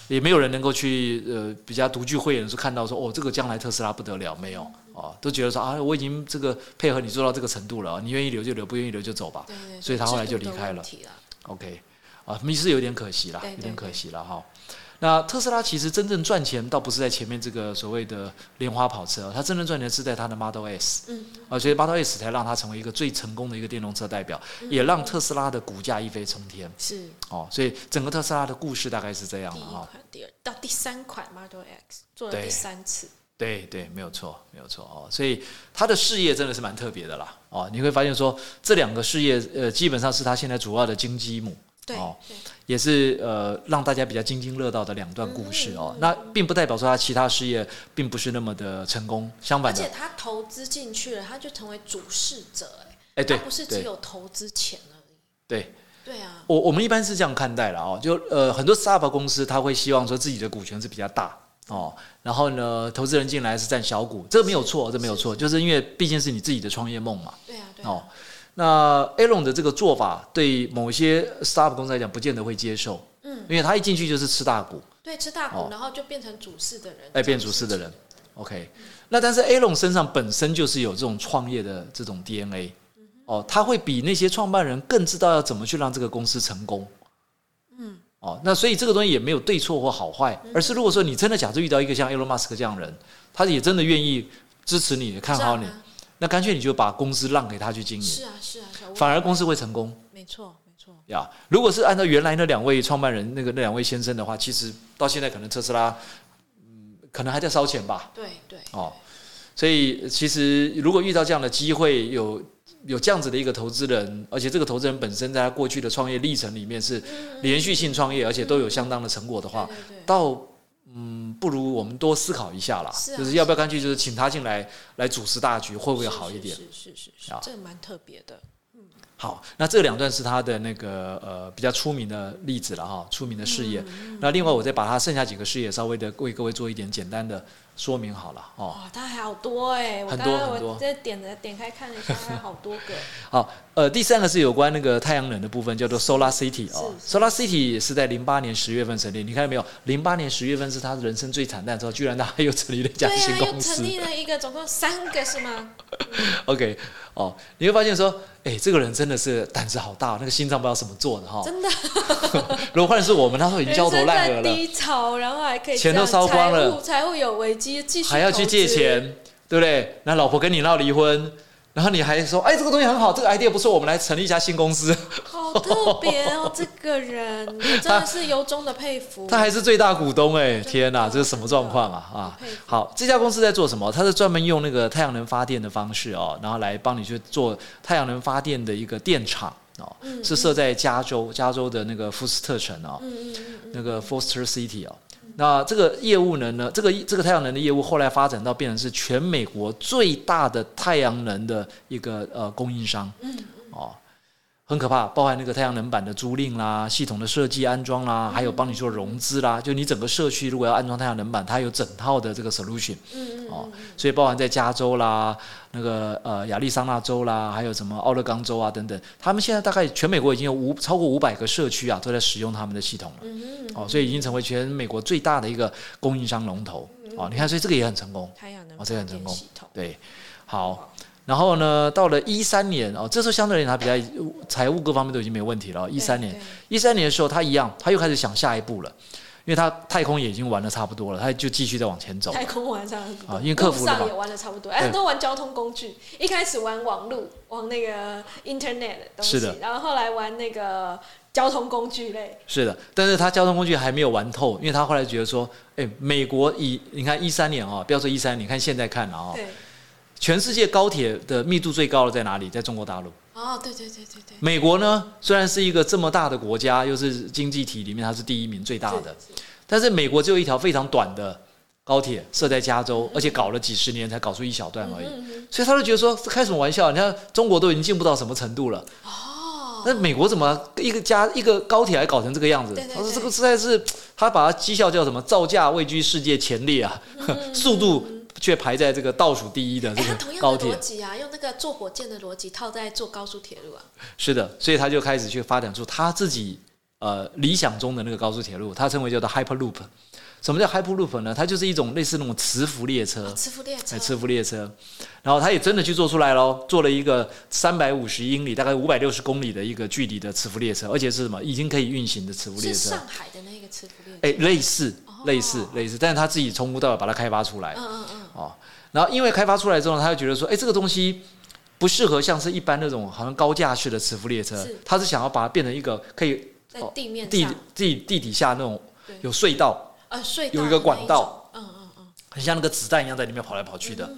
也没有人能够去呃比较独具慧眼，是看到说哦，这个将来特斯拉不得了，没有哦，都觉得说啊，我已经这个配合你做到这个程度了，你愿意留就留，不愿意留就走吧。
对对对，
所以他后来就离开了
制度的问题了
OK，啊，迷失有点可惜啦，
对对
有点可
对
惜了哈。那特斯拉其实真正赚钱，倒不是在前面这个所谓的莲花跑车，它真正赚钱是在它的 Model S，
嗯
啊，所以 Model S 才让它成为一个最成功的一个电动车代表，
嗯
也让特斯拉的股价一飞冲天。
是
哦，所以整个特斯拉的故事大概是这样
第
了
一
哈、
款、第二到第三款 Model X 做了
哦对
第三次，
对对，没有错，没有错哦。所以他的事业真的是蛮特别的啦。哦，你会发现说这两个事业，呃，基本上是他现在主要的金鸡母，
对
哦
对
也是呃让大家比较津津乐道的两段故事
嗯
哦。那并不代表说他其他事业并不是那么的成功，相
而
反的
且，他投资进去了，他就成为主事者，哎，
哎，对
他不是只
对
有投资钱而已。
对，
对啊，
我我们一般是这样看待了哦，就呃很多 startup 公司他会希望说自己的股权是比较大哦，然后呢投资人进来是占小股，这个没有错，这没有错，就是因为毕竟是你自己的创业梦嘛
对啊，对啊，
哦。那 Aaron 的这个做法对某些 startup 公司来讲不见得会接受，
嗯，
因为他一进去就是吃大股，
对，吃大
哦
股，然后就变成主事的人，
哎变主事的人，OK。那但是 Aaron 身上本身就是有这种创业的这种 DNA。哦，他会比那些创办人更知道要怎么去让这个公司成功。
嗯
哦，那所以这个东西也没有对错或好坏，而是如果说你真的假设遇到一个像 Elon Musk 这样的人，他也真的愿意支持你、看好你
是，啊
那干脆你就把公司让给他去经营，
是啊，是啊，是啊我
反而公司会成功
没错，没错，
呀。如果是按照原来那两位创办人那个那两位先生的话，其实到现在可能特斯拉，嗯，可能还在烧钱吧。
对对，
哦，所以其实如果遇到这样的机会，有有这样子的一个投资人，而且这个投资人本身在他过去的创业历程里面是连续性创业，而且都有相当的成果的话
嗯对，对对，
倒嗯不如我们多思考一下啦，
是啊
就是要不要干脆就是请他进来来主持大局，会不会好一点？
是是是是是
啊，
这个蛮特别的，
好，那这两段是他的那个呃比较出名的例子了哈，出名的事业。
嗯
那另外我再把他剩下几个事业稍微的为各位做一点简单的说明好了哦。
哇，它还好多哎，我
很
刚
多
刚
很多
我这点了点开看了一下，它好多 个，
好，呃，第三个是有关那个太阳能的部分，叫做 Solar City 哦。
是
Solar City 是在零八年十月份成立，你看到没有？零八年十月份是他人生最惨淡的时候，居然他还又成立了一家
对
新
啊，
公
又
司
成。立了一个，总共三个是吗？
OK，哦，你会发现说，哎，这个人真的是胆子好大，那个心脏不知道怎么做的哈、
真的，
如果换成是我们，那时候已经
人
焦
生
头烂额
在
了，
低潮，然后还可以
钱都
这样
烧光了
财务财务有危机，继续
还要
投
去借
资，
钱，对不对？那老婆跟你闹离婚。然后你还说，哎，这个东西很好，这个 idea 不错，我们来成立一家新公司。
好特别哦，这 个人我真的是由衷的佩服。
他还是最大股东哎、天哪，
真
这
的
是什么状况啊啊
真的很佩服！
好，这家公司在做什么？它是专门用那个太阳能发电的方式哦，然后来帮你去做太阳能发电的一个电厂哦，是设在加州加州的那个福斯特城哦，
嗯嗯嗯
那个 Foster City 哦。那这个业务呢呢，这个这个太阳能的业务后来发展到变成是全美国最大的太阳能的一个呃供应商，
嗯
哦，很可怕，包含那个太阳能板的租赁啦、系统的设计安装啦，
嗯
还有帮你做融资啦，就你整个社区如果要安装太阳能板，它有整套的这个 solution
嗯嗯
哦，所以包含在加州啦、那个呃亚利桑那州啦，还有什么奥勒冈州啊等等，他们现在大概全美国已经有五超过五百个社区啊都在使用他们的系统了。
嗯嗯，
哦，所以已经成为全美国最大的一个供应商龙头。哦，你看，所以这个也很成功。
太阳能
哦这个很
发电
成功
系统，
对，好。然后呢，到了一三年哦，这时候相对而言，他比较财务各方面都已经没有问题了。哦一三年
对，
一三年的时候，他一样，他又开始想下一步了，因为他太空也已经玩的差不多了，他就继续再往前走。
太空玩上
啊因为克服了嘛
上也玩的差不多，哎，
对
都玩交通工具，一开始玩网路，玩那个 Internet 的东西，
是的
然后后来玩那个交通工具类，
是的，但是他交通工具还没有玩透，因为他后来觉得说，哎，美国以你看一三年哦，不要说一三，你看现在看了哦，
对，
全世界高铁的密度最高的在哪里？在中国大陆。
啊哦，对对对对对，
美国呢，虽然是一个这么大的国家，又是经济体里面它是第一名最大的，但是美国只有一条非常短的高铁设在加州，而且搞了几十年才搞出一小段
嗯
而已，所以他就觉得说这开什么玩笑？你看中国都已经进步到什么程度了，
哦，
那美国怎么一个加一个高铁还搞成这个样子
对？对
他说
对
这个实在是，他把它绩效叫什么？造价位居世界前列啊， 速度却排在这个倒数第一的这
哎，它
个
同
高
样的
铁
逻。辑啊，用那个坐火箭的逻辑套在坐高速铁路啊，
是的，所以他就开始去发展出他自己呃理想中的那个高速铁路，他称为叫做 Hyperloop。什么叫 Hyperloop 呢？它就是一种类似那种磁浮列车。
磁浮列车啊
哎，，磁浮列车，然后他也真的去做出来喽，做了一个三百五十英里，大概五百六十公里的一个距离的磁浮列车，而且是什么已经可以运行的磁浮列
是
车，
上海的那个磁浮列车，
哎，类似
哦
类似类似，但是他自己从无到有把它开发出来，
嗯嗯嗯，
哦，然后因为开发出来之后呢，他就觉得说，哎，这个东西不适合像是一般那种好像高架式的磁浮列车
是，
他是想要把它变成一个可以
在地面
哦地
上，
地地底下那种
对
有隧道，
呃，隧道
有一个管道
的那一种，嗯嗯嗯，
很像那个子弹一样在里面跑来跑去的。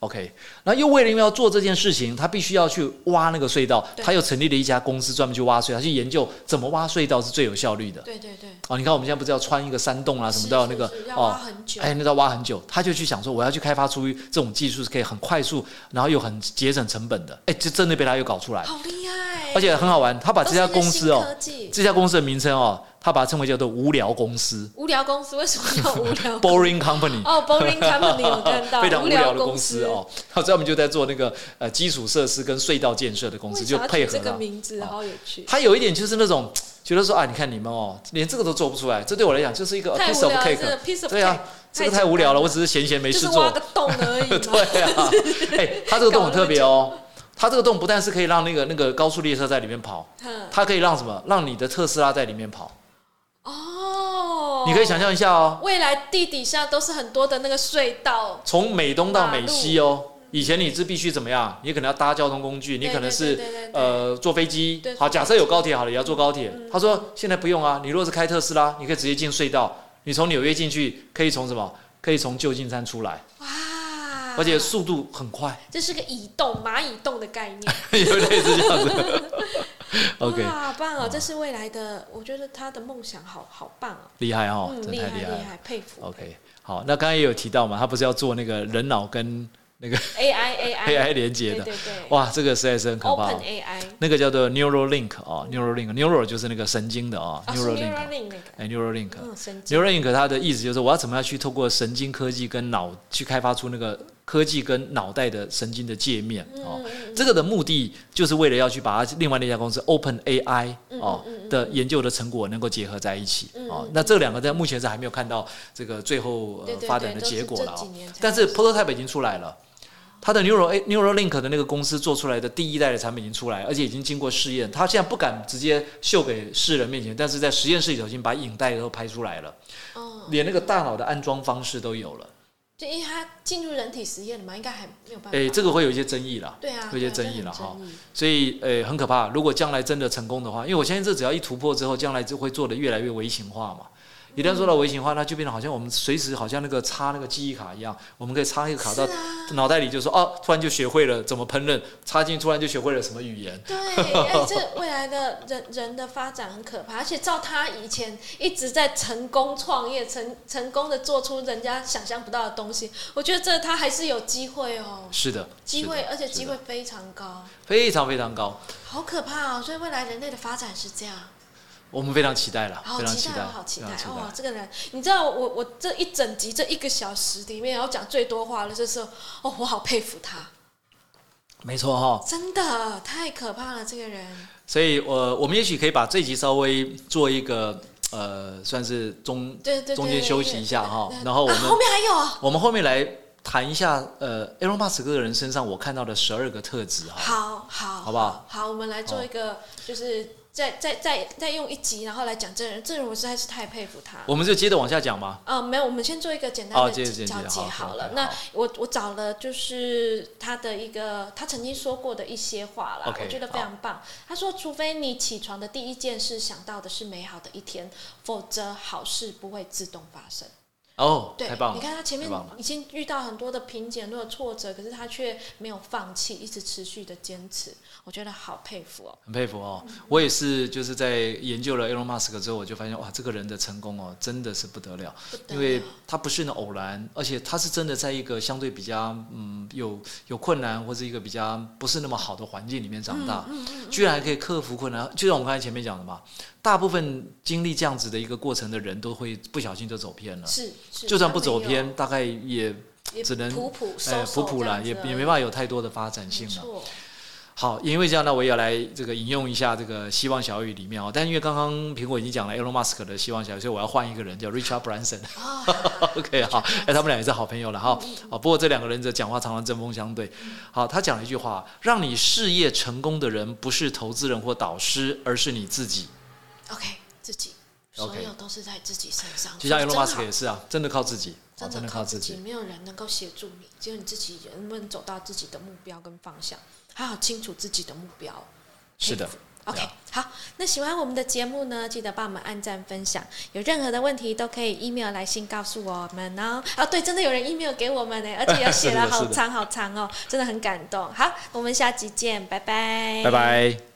OK，然后又为了因为要做这件事情，他必须要去挖那个隧道，
对
他又成立了一家公司专门去挖隧道，他去研究怎么挖隧道是最有效率的。
对对对，
哦，你看我们现在不是要穿一个山洞啊，什么都要那个
是是是要挖
哦，
很久，
哎，那要挖很久，他就去想说，我要去开发出这种技术是可以很快速，然后又很节省成本的。哎，这真的被他又搞出来，
好厉害，
而且很好玩。他把
都
这
是一
家
个
公司哦
新，科技
这家公司的名称哦，他把它称为叫做无聊公司
无聊公司为什么 叫无聊公司？
（Boring Company）。
哦，Boring Company 我看到，
非常无
聊
聊的公司哦，所以他们就在做那个呃基础设施跟隧道建设的公
公司，
司，
为
就
啥
配
取
合
这个
了。
名字，
哦
好有趣，
他有一点就是那种觉得说啊，你看你们哦，连这个都做不出来，这对我来讲就是一个
太
哦 piece
无
of
聊了，这
cake
个。piece of
对啊
cake，，
这个太无聊了，
简单
我只是闲闲没
就
事
是
做
挖。个洞而已嘛，
对 啊，哎、它这个洞很特别哦。它这个洞不但是可以让那个那个高速列车在里面跑，
嗯
它可以让什么？让你的特斯拉在里面跑。
哦，
你可以想象一下哦，
未来地底下都是很多的那个隧道，
从美东到美西哦，以前你是必须怎么样？你可能要搭交通工具，你
对
可能
对
是
对对对对
呃坐飞机
对。
好，
坐飞嗯
假设有高铁好了，也要坐高铁。他说现在不用啊，你如果是开特斯拉，你可以直接进隧道，你从纽约进去，可以从什么？可以从旧金山出来，
哇，啊
而且速度很快，
这是个移动蚂蚁洞的概念。
有类似这样 子。OK，
哇，好棒哦！这是未来的，我觉得他的梦想好好棒哦，
厉害哦，
嗯，
真的
厉
太
害
厉害了。
害，佩服。
OK，好，那刚刚也有提到嘛，他不是要做那个人脑跟那个
AI AI
AI 连接
哎对
的，
对对
哇，这个实在是很可怕、
，Open
哦。
AI
那个叫做 Neuralink 哦，Neuralink，Neural 就是那个神经的哦
啊是
Neuralink，
Neuralink 那个，
哎，Neuralink。
嗯，神经
Neuralink 它的意思就是我要怎么样去透过神经科技跟脑去开发出那个科技跟脑袋的神经的界面
嗯
哦，这个的目的就是为了要去把它另外那家公司 Open AI
嗯
哦的研究的成果能够结合在一起哦，那这两个在目前是还没有看到这个最后
对
呃
对
发
对
展的
都是
结果
这
了
几
哦
年才，
但是 prototype 已经出来了。它的 Neural A- Neuralink 的那个公司做出来的第一代的产品已经出来，而且已经经过试验。它现在不敢直接秀给世人面前，但是在实验室里头已经把影带都拍出来了，
哦，
连那个大脑的安装方式都有了。
就因为它进入人体实验了嘛，应该还没有办法。
诶，哎这个会有一些争议啦，
对啊，
有一些
对啊
争
这
议
很
了哈
争议
所以诶很可怕。如果将来真的成功的话，因为我相信这只要一突破之后，将来就会做的越来越微型化嘛。一旦做到微型化，那就变得好像我们随时好像那个插那个记忆卡一样，我们可以插一个卡到
是啊
脑袋里，就说哦，突然就学会了怎么烹饪，插进去突然就学会了什么语言。
对，哎，这未来的人 人的发展很可怕，而且照他以前一直在成功创业，成成功的做出人家想象不到的东西，我觉得这他还是有机会哦，
是的，
机
是
会，
的
而且
是的
机会非常高，
非常非常高，
好可怕哦！所以未来人类的发展是这样，
我们非常期待了，
好
啊非常
期待
待，
哦，好期
非
待
常期待
哦！这个人，你知道我我这一整集这一个小时里面，然后讲最多话的就是哦，我好佩服他，
没错哈、
真的太可怕了，这个人。
所以呃我我们也许可以把这集稍微做一个呃，算是中
对对对
中间休息一下哈
对对，对
然后我
啊
们、
后面还有啊，
我们后面来谈一下呃，Elon Musk 这个人身上我看到的十二个特质哈。
好好，
好不好？
好，我们来做一个，就是再再再再用一集，然后来讲这人，这人我实在是太佩服他。
我们就接着往下讲嘛。
呃，没有，我们先做一个简单
哦
的
接着简
交
介
接
好
好了。
OK，
那
好
我我找了就是他的一个他曾经说过的一些话啦
OK，
我觉得非常棒。他说，除非你起床的第一件事想到的是美好的一天，否则好事不会自动发生。
哦，
对
太棒，了！
你看他前面
太棒了
已经遇到很多的瓶颈、很多的挫折，可是他却没有放弃，一直持续的坚持，我觉得好佩服哦。
很佩服哦。我也是，就是在研究了 Elon Musk 之后，我就发现哇，这个人的成功哦，真的是不得了，
不得
因为
了
他不是那偶然，而且他是真的在一个相对比较嗯有有困难或是一个比较不是那么好的环境里面长大，
嗯
居然还可以克服困难。就像我们刚才前面讲的嘛，大部分经历这样子的一个过程的人都会不小心就走偏了，
是，是
就算
他
不走
没有
偏，大概也
也
只能
普普
哎普
收
普
了
了，，也也没办法有太多的发展
没
性了。
错，
好，因为这样呢，我也要来这个引用一下这个《希望小语》里面哦。但因为刚刚苹果已经讲了 Elon Musk 的《希望小语》，所以我要换一个人叫 Richard Branson。
啊，
OK，好，哎，他们俩也是好朋友了哈。
嗯
哦，不过这两个人的讲话常常针锋相对。好，他讲了一句话：让你事业成功的人不是投资人或导师，而是你自己。
OK，自己
OK
所有都是在自己身上，
就像
所以
Elon
真
Musk
好
也是啊，真的靠自己，哦
真的
靠
靠自己，
己。
没有人能够协助你，只有你自己能不能走到自己的目标跟方向，还好清楚自己的目标。
是的
佩服。OK，
对啊
好，那喜欢我们的节目呢，记得帮我们按赞分享。有任何的问题都可以 email 来信告诉我们哦。啊，对，真的有人 email 给我们呢，而且有 写
是
了
的
好
是的
长好长哦，真的很感动。好，我们下集见，拜拜，
拜。拜。